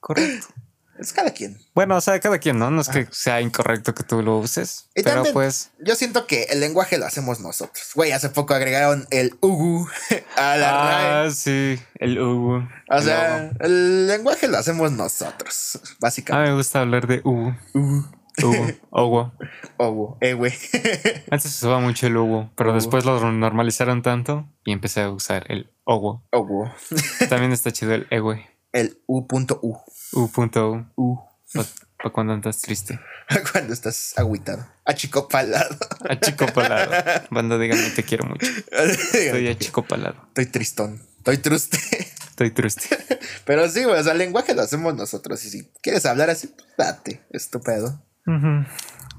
[SPEAKER 2] correcto.
[SPEAKER 1] es cada quien.
[SPEAKER 2] Bueno, o sea, cada quien, ¿no? No es que sea incorrecto que tú lo uses.
[SPEAKER 1] Y
[SPEAKER 2] pero
[SPEAKER 1] también-
[SPEAKER 2] pues.
[SPEAKER 1] Yo siento que el lenguaje lo hacemos nosotros. Güey, hace poco agregaron el UGU a la
[SPEAKER 2] Ah,
[SPEAKER 1] RAE.
[SPEAKER 2] sí. El U.
[SPEAKER 1] O sea, el lenguaje lo hacemos nosotros,
[SPEAKER 2] Ah,
[SPEAKER 1] básicamente.
[SPEAKER 2] me gusta hablar de U.
[SPEAKER 1] UGU,
[SPEAKER 2] Hugo. Hugo.
[SPEAKER 1] Ogu, eh, güey.
[SPEAKER 2] Antes se usaba mucho el Hugo, pero
[SPEAKER 1] Hugo.
[SPEAKER 2] después lo normalizaron tanto y empecé a usar el Ogo.
[SPEAKER 1] Ogu.
[SPEAKER 2] También está chido el E, Ewe.
[SPEAKER 1] El U.U.
[SPEAKER 2] U.U.
[SPEAKER 1] U.
[SPEAKER 2] Para cuando andas triste.
[SPEAKER 1] Cuando estás agüitado. Achicopalado.
[SPEAKER 2] Achicopalado. Banda, dígame, te quiero mucho. Estoy achicopalado.
[SPEAKER 1] Estoy tristón. Estoy truste.
[SPEAKER 2] Estoy triste.
[SPEAKER 1] Pero sí, güey, o sea, el lenguaje lo hacemos nosotros. Y si quieres hablar así, pues, date, estúpido.
[SPEAKER 2] Ujú.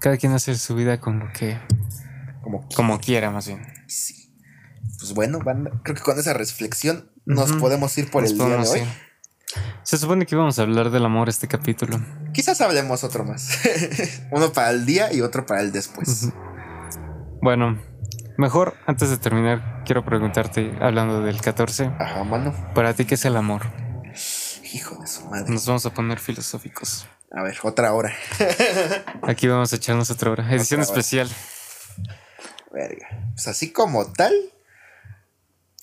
[SPEAKER 2] Cada quien hace su vida con lo que.
[SPEAKER 1] Como
[SPEAKER 2] Como quiera, más bien.
[SPEAKER 1] Sí. Pues bueno, banda, creo que con esa reflexión nos podemos ir por
[SPEAKER 2] Nos
[SPEAKER 1] el día de
[SPEAKER 2] podemos
[SPEAKER 1] hoy.
[SPEAKER 2] ir. Se supone que íbamos a hablar del amor este capítulo.
[SPEAKER 1] Quizás hablemos otro más. Uno para el día y otro para el después.
[SPEAKER 2] Bueno, mejor antes de terminar, quiero preguntarte, hablando del 14,
[SPEAKER 1] Ajá, mano.
[SPEAKER 2] ¿para ti qué es el amor?
[SPEAKER 1] Hijo de su madre.
[SPEAKER 2] Nos vamos a poner filosóficos.
[SPEAKER 1] A ver, otra hora.
[SPEAKER 2] Aquí vamos a echarnos otra hora. Edición
[SPEAKER 1] Otra hora.
[SPEAKER 2] especial.
[SPEAKER 1] Verga. Pues así como tal.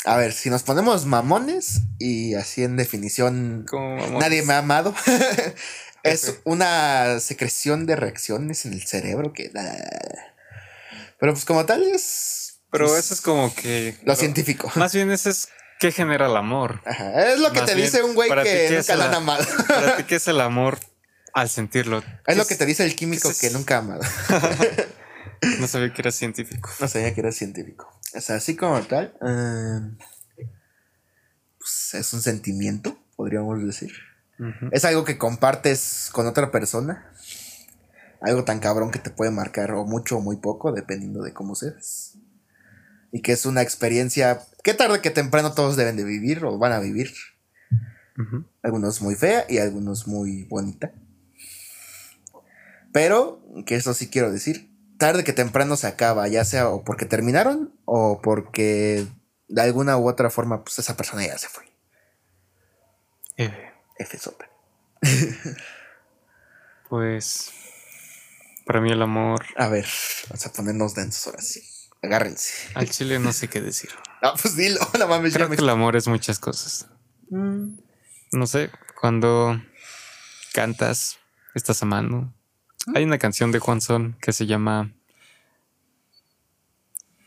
[SPEAKER 1] A ver, si nos ponemos mamones y así en definición
[SPEAKER 2] Como vamos.
[SPEAKER 1] nadie me ha amado. es una secreción de reacciones en el cerebro que. Pero pues como tal es.
[SPEAKER 2] Pero eso es como que.
[SPEAKER 1] Lo
[SPEAKER 2] lo-
[SPEAKER 1] científico.
[SPEAKER 2] Más bien eso es que genera el amor.
[SPEAKER 1] Ajá, Es lo que
[SPEAKER 2] Más
[SPEAKER 1] te
[SPEAKER 2] bien,
[SPEAKER 1] dice un güey
[SPEAKER 2] para ti,
[SPEAKER 1] que
[SPEAKER 2] ¿qué es
[SPEAKER 1] nunca lo
[SPEAKER 2] la-
[SPEAKER 1] han amado.
[SPEAKER 2] Para ti, ¿qué es el amor al sentirlo?
[SPEAKER 1] Es lo que te dice el químico
[SPEAKER 2] qué es
[SPEAKER 1] que
[SPEAKER 2] eso?
[SPEAKER 1] nunca ha amado.
[SPEAKER 2] No sabía que era científico.
[SPEAKER 1] No sabía que era científico. O sea, así como tal. eh, pues, es un sentimiento, podríamos decir.
[SPEAKER 2] Ujú.
[SPEAKER 1] Es algo que compartes con otra persona. Algo tan cabrón que te puede marcar o mucho o muy poco, dependiendo de cómo seas. Y que es una experiencia que tarde que temprano todos deben de vivir o van a vivir.
[SPEAKER 2] Ujú.
[SPEAKER 1] Algunos muy fea y algunos muy bonita. Pero, que eso sí quiero decir, tarde que temprano se acaba, ya sea o porque terminaron o porque de alguna u otra forma, pues esa persona ya se fue.
[SPEAKER 2] Eh,
[SPEAKER 1] F sopa.
[SPEAKER 2] pues. Para mí el amor.
[SPEAKER 1] A ver, vamos a ponernos densos ahora sí. Agárrense.
[SPEAKER 2] Al chile no sé qué decir.
[SPEAKER 1] Ah, pues dilo, no mames, ya
[SPEAKER 2] Creo
[SPEAKER 1] me...
[SPEAKER 2] que el amor es muchas cosas.
[SPEAKER 1] Mm,
[SPEAKER 2] No sé, cuando cantas, estás amando.
[SPEAKER 1] Mm.
[SPEAKER 2] Hay una canción de Juan Son que se llama.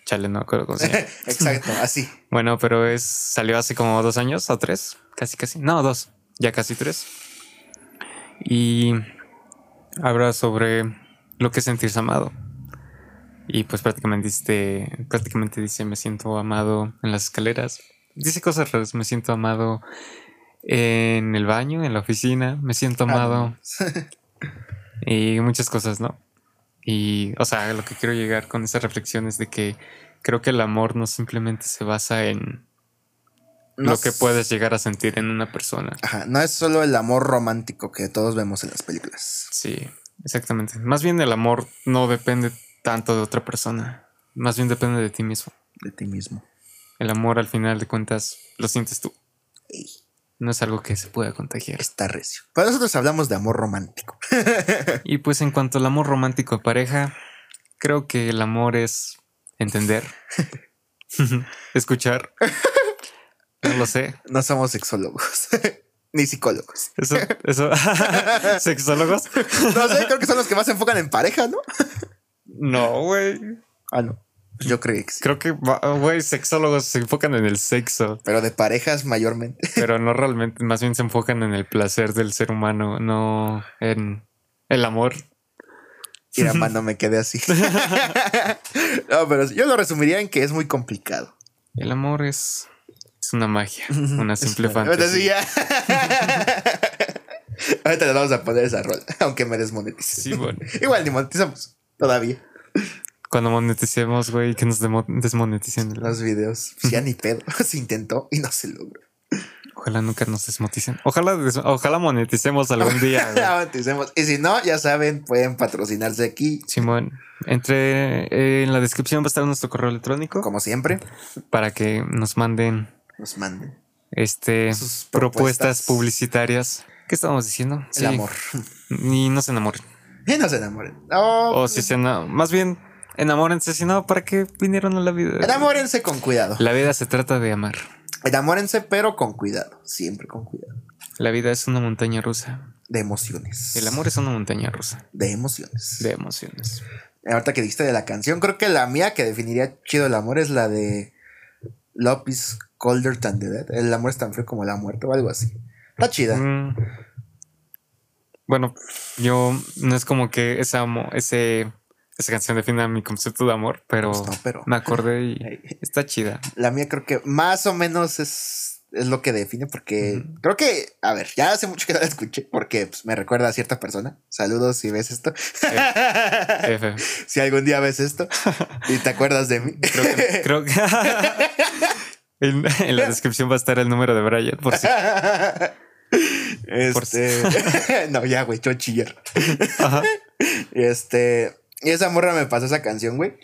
[SPEAKER 2] Chale, no me acuerdo cómo se llama.
[SPEAKER 1] Exacto, así.
[SPEAKER 2] Bueno, pero es salió hace como dos años o tres, casi casi, no dos, ya casi tres. Y habla sobre lo que es sentirse amado. Y pues prácticamente dice, prácticamente dice me siento amado en las escaleras. Dice cosas raras, me siento amado en el baño, en la oficina, me siento amado y muchas cosas, ¿no? Y, o sea, lo que quiero llegar con esa reflexión es de que creo que el amor no simplemente se basa en
[SPEAKER 1] No
[SPEAKER 2] lo que
[SPEAKER 1] es-
[SPEAKER 2] puedes llegar a sentir en una persona.
[SPEAKER 1] Ajá, no es solo el amor romántico que todos vemos en las películas.
[SPEAKER 2] Sí, exactamente. Más bien el amor no depende tanto de otra persona. Más bien depende de ti mismo.
[SPEAKER 1] De ti mismo.
[SPEAKER 2] El amor al final de cuentas lo sientes tú.
[SPEAKER 1] Ey,
[SPEAKER 2] No es algo que se pueda contagiar.
[SPEAKER 1] está recio. Pero nosotros hablamos de amor romántico.
[SPEAKER 2] Y pues en cuanto al amor romántico de pareja, creo que el amor es entender, escuchar. No lo sé.
[SPEAKER 1] No somos sexólogos. Ni psicólogos.
[SPEAKER 2] Eso, eso. ¿Sexólogos?
[SPEAKER 1] No sé, creo que son los que más se enfocan en pareja, ¿no?
[SPEAKER 2] No, güey.
[SPEAKER 1] Ah, no. Yo creo que sí.
[SPEAKER 2] Creo que, va- güey, sexólogos se enfocan en el sexo,
[SPEAKER 1] Pero de parejas mayormente.
[SPEAKER 2] pero no realmente, más bien se enfocan en el placer del ser humano, no en el amor.
[SPEAKER 1] Mira, mano, me quedé así. no, pero yo lo resumiría en que es muy complicado.
[SPEAKER 2] El amor es, es una magia, una simple
[SPEAKER 1] Ahorita sí,
[SPEAKER 2] fantasía.
[SPEAKER 1] ya. Ahorita le vamos a poner esa rola, aunque me desmonetice.
[SPEAKER 2] Sí, bueno.
[SPEAKER 1] Igual ni monetizamos todavía
[SPEAKER 2] Cuando moneticemos, güey, que nos demo- desmoneticen.
[SPEAKER 1] los videos. Pues ya ni pedo. Se intentó y no se logró.
[SPEAKER 2] Ojalá nunca nos desmoneticen. Ojalá, des- ojalá moneticemos algún día. güey.
[SPEAKER 1] Ya moneticemos. Y si no, ya saben, pueden patrocinarse aquí,
[SPEAKER 2] Simón, entre eh, en la descripción va a estar nuestro correo electrónico
[SPEAKER 1] como siempre.
[SPEAKER 2] para que nos manden
[SPEAKER 1] Nos manden
[SPEAKER 2] este
[SPEAKER 1] Sus
[SPEAKER 2] propuestas.
[SPEAKER 1] propuestas.
[SPEAKER 2] publicitarias. ¿Qué estábamos diciendo?
[SPEAKER 1] el amor.
[SPEAKER 2] Y no se enamoren.
[SPEAKER 1] Y no se enamoren. Oh, No,
[SPEAKER 2] O si se ena- más bien enamórense, si no, ¿para qué vinieron a la vida?
[SPEAKER 1] Enamórense con cuidado.
[SPEAKER 2] La vida se trata de amar.
[SPEAKER 1] Enamórense, pero con cuidado. Siempre con cuidado.
[SPEAKER 2] La vida es una montaña rusa.
[SPEAKER 1] De emociones.
[SPEAKER 2] El amor es una montaña rusa
[SPEAKER 1] De emociones. Eh,
[SPEAKER 2] de emociones.
[SPEAKER 1] Ahorita que dijiste de la canción, creo que la mía que definiría chido el amor es la de Love is colder than the dead. El amor es tan frío como la muerte o algo así. Está chida.
[SPEAKER 2] Mm. Bueno, yo no es como que esa, amo- ese, esa canción defina mi concepto de amor, pero,
[SPEAKER 1] Pues no, pero-
[SPEAKER 2] me acordé y
[SPEAKER 1] Ey.
[SPEAKER 2] está chida.
[SPEAKER 1] La mía creo que más o menos es, es lo que define porque creo que, a ver, ya hace mucho que no la escuché porque pues, me recuerda a cierta persona. Saludos si ves esto.
[SPEAKER 2] F.
[SPEAKER 1] si algún día ves esto y te acuerdas de mí.
[SPEAKER 2] Creo que. creo que- en, en la descripción va a estar el número de Brian, por si. Por
[SPEAKER 1] Este, no, ya, güey, yo chillar.
[SPEAKER 2] Ajá.
[SPEAKER 1] Este. Y esa morra me pasó esa canción, güey.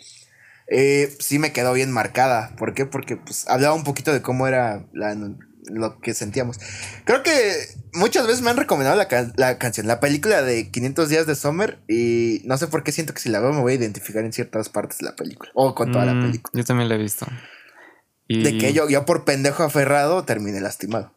[SPEAKER 1] Eh, sí me quedó bien marcada. ¿Por qué? Porque pues, hablaba un poquito de cómo era la- lo que sentíamos. Creo que muchas veces me han recomendado la, can- la canción, la película de 500 días de Summer. Y no sé por qué siento que si la veo me voy a identificar en ciertas partes de la película. O con toda la
[SPEAKER 2] Mm,
[SPEAKER 1] película.
[SPEAKER 2] Yo también la he visto. Y,
[SPEAKER 1] De que yo, yo por pendejo aferrado terminé lastimado.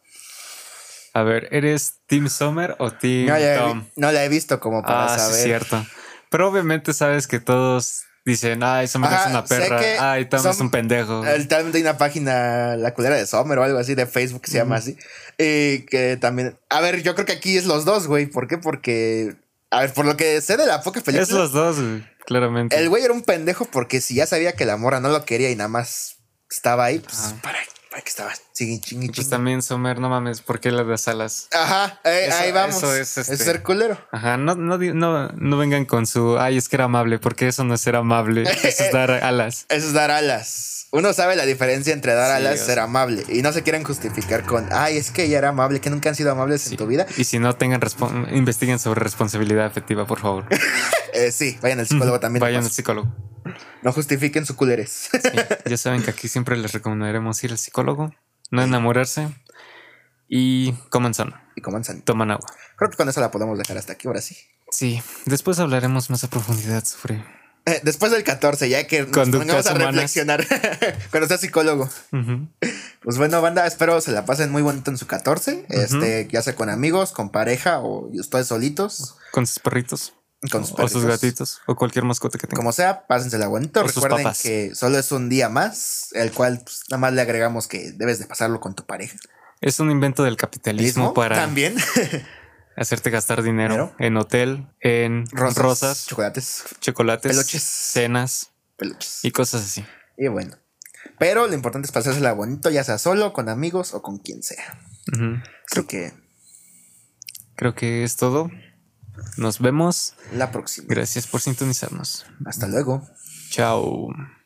[SPEAKER 2] A ver, ¿eres Team Summer o Team
[SPEAKER 1] No la he,
[SPEAKER 2] Tom?
[SPEAKER 1] vi- no la he visto como para
[SPEAKER 2] Ah, sí,
[SPEAKER 1] saber.
[SPEAKER 2] cierto. Pero obviamente sabes que todos Dicen, ay, Summer
[SPEAKER 1] Ajá,
[SPEAKER 2] es una
[SPEAKER 1] sé
[SPEAKER 2] perra.
[SPEAKER 1] que
[SPEAKER 2] Ay, Tom es
[SPEAKER 1] Sum-
[SPEAKER 2] un pendejo.
[SPEAKER 1] Eh, También hay una página, la culera de Summer o algo así, de Facebook que se llama así. Y que también. A ver, yo creo que aquí es los dos, güey. ¿Por qué? Porque. A ver, por lo que sé de la poca película.
[SPEAKER 2] Es los dos, güey, claramente.
[SPEAKER 1] El güey era un pendejo porque si ya sabía que la morra no lo quería y nada más estaba ahí, pues
[SPEAKER 2] Ajá.
[SPEAKER 1] para, para que estaba. Sigue chingui,
[SPEAKER 2] Y Ah. pues
[SPEAKER 1] chingui.
[SPEAKER 2] también Summer, no mames, ¿por qué la de Salas?
[SPEAKER 1] Ajá, eh,
[SPEAKER 2] Eso-
[SPEAKER 1] ahí vamos.
[SPEAKER 2] eso es, este-
[SPEAKER 1] es ser culero.
[SPEAKER 2] Ajá, no, no, di- no, no vengan con su, ay, es que era amable, porque eso no es ser amable, eso es dar alas.
[SPEAKER 1] Eso es dar alas. Uno sabe la diferencia entre dar
[SPEAKER 2] Sí,
[SPEAKER 1] alas y
[SPEAKER 2] o
[SPEAKER 1] ser
[SPEAKER 2] sea.
[SPEAKER 1] amable. Y no se quieren justificar con, ay, es que ella era amable, que nunca han sido amables en tu vida.
[SPEAKER 2] Y si no tengan, respon- investiguen sobre responsabilidad afectiva, por favor.
[SPEAKER 1] Eh, sí, vayan al psicólogo también.
[SPEAKER 2] Vayan al
[SPEAKER 1] pues,
[SPEAKER 2] psicólogo.
[SPEAKER 1] No justifiquen su culeres.
[SPEAKER 2] Sí, ya saben que aquí siempre les recomendaremos ir al psicólogo, no enamorarse y coman sano,
[SPEAKER 1] y comienzan.
[SPEAKER 2] toman agua.
[SPEAKER 1] Creo que con eso la podemos dejar hasta aquí, ahora sí.
[SPEAKER 2] Sí, después hablaremos más a profundidad sobre...
[SPEAKER 1] Eh, después del 14, ya que nos pongamos
[SPEAKER 2] Conductas
[SPEAKER 1] a
[SPEAKER 2] humanas.
[SPEAKER 1] reflexionar. Cuando sea psicólogo.
[SPEAKER 2] Ujú.
[SPEAKER 1] Pues bueno, banda, espero se la pasen muy bonito en su 14. Este, ya sea con amigos, con pareja o ustedes solitos,
[SPEAKER 2] Con sus perritos,
[SPEAKER 1] con sus
[SPEAKER 2] o
[SPEAKER 1] perritos.
[SPEAKER 2] sus gatitos, o cualquier mascota que tengan.
[SPEAKER 1] Como sea, pásensela bonito.
[SPEAKER 2] O sus
[SPEAKER 1] Recuerden
[SPEAKER 2] papás.
[SPEAKER 1] que solo es un día más, el cual pues, nada más le agregamos que debes de pasarlo con tu pareja.
[SPEAKER 2] Es un invento del capitalismo
[SPEAKER 1] ¿Mismo?
[SPEAKER 2] para
[SPEAKER 1] También.
[SPEAKER 2] hacerte gastar dinero,
[SPEAKER 1] Dinero.
[SPEAKER 2] en hotel, en rosas,
[SPEAKER 1] Chocolates.
[SPEAKER 2] chocolates,
[SPEAKER 1] peluches.
[SPEAKER 2] cenas
[SPEAKER 1] Peluches.
[SPEAKER 2] y cosas así.
[SPEAKER 1] Y bueno. Pero lo importante es pasársela bonito, ya sea solo, con amigos o con quien sea.
[SPEAKER 2] Ujú.
[SPEAKER 1] Así que
[SPEAKER 2] Creo que es todo. Nos vemos.
[SPEAKER 1] la próxima.
[SPEAKER 2] Gracias por sintonizarnos.
[SPEAKER 1] Hasta luego.
[SPEAKER 2] Chao.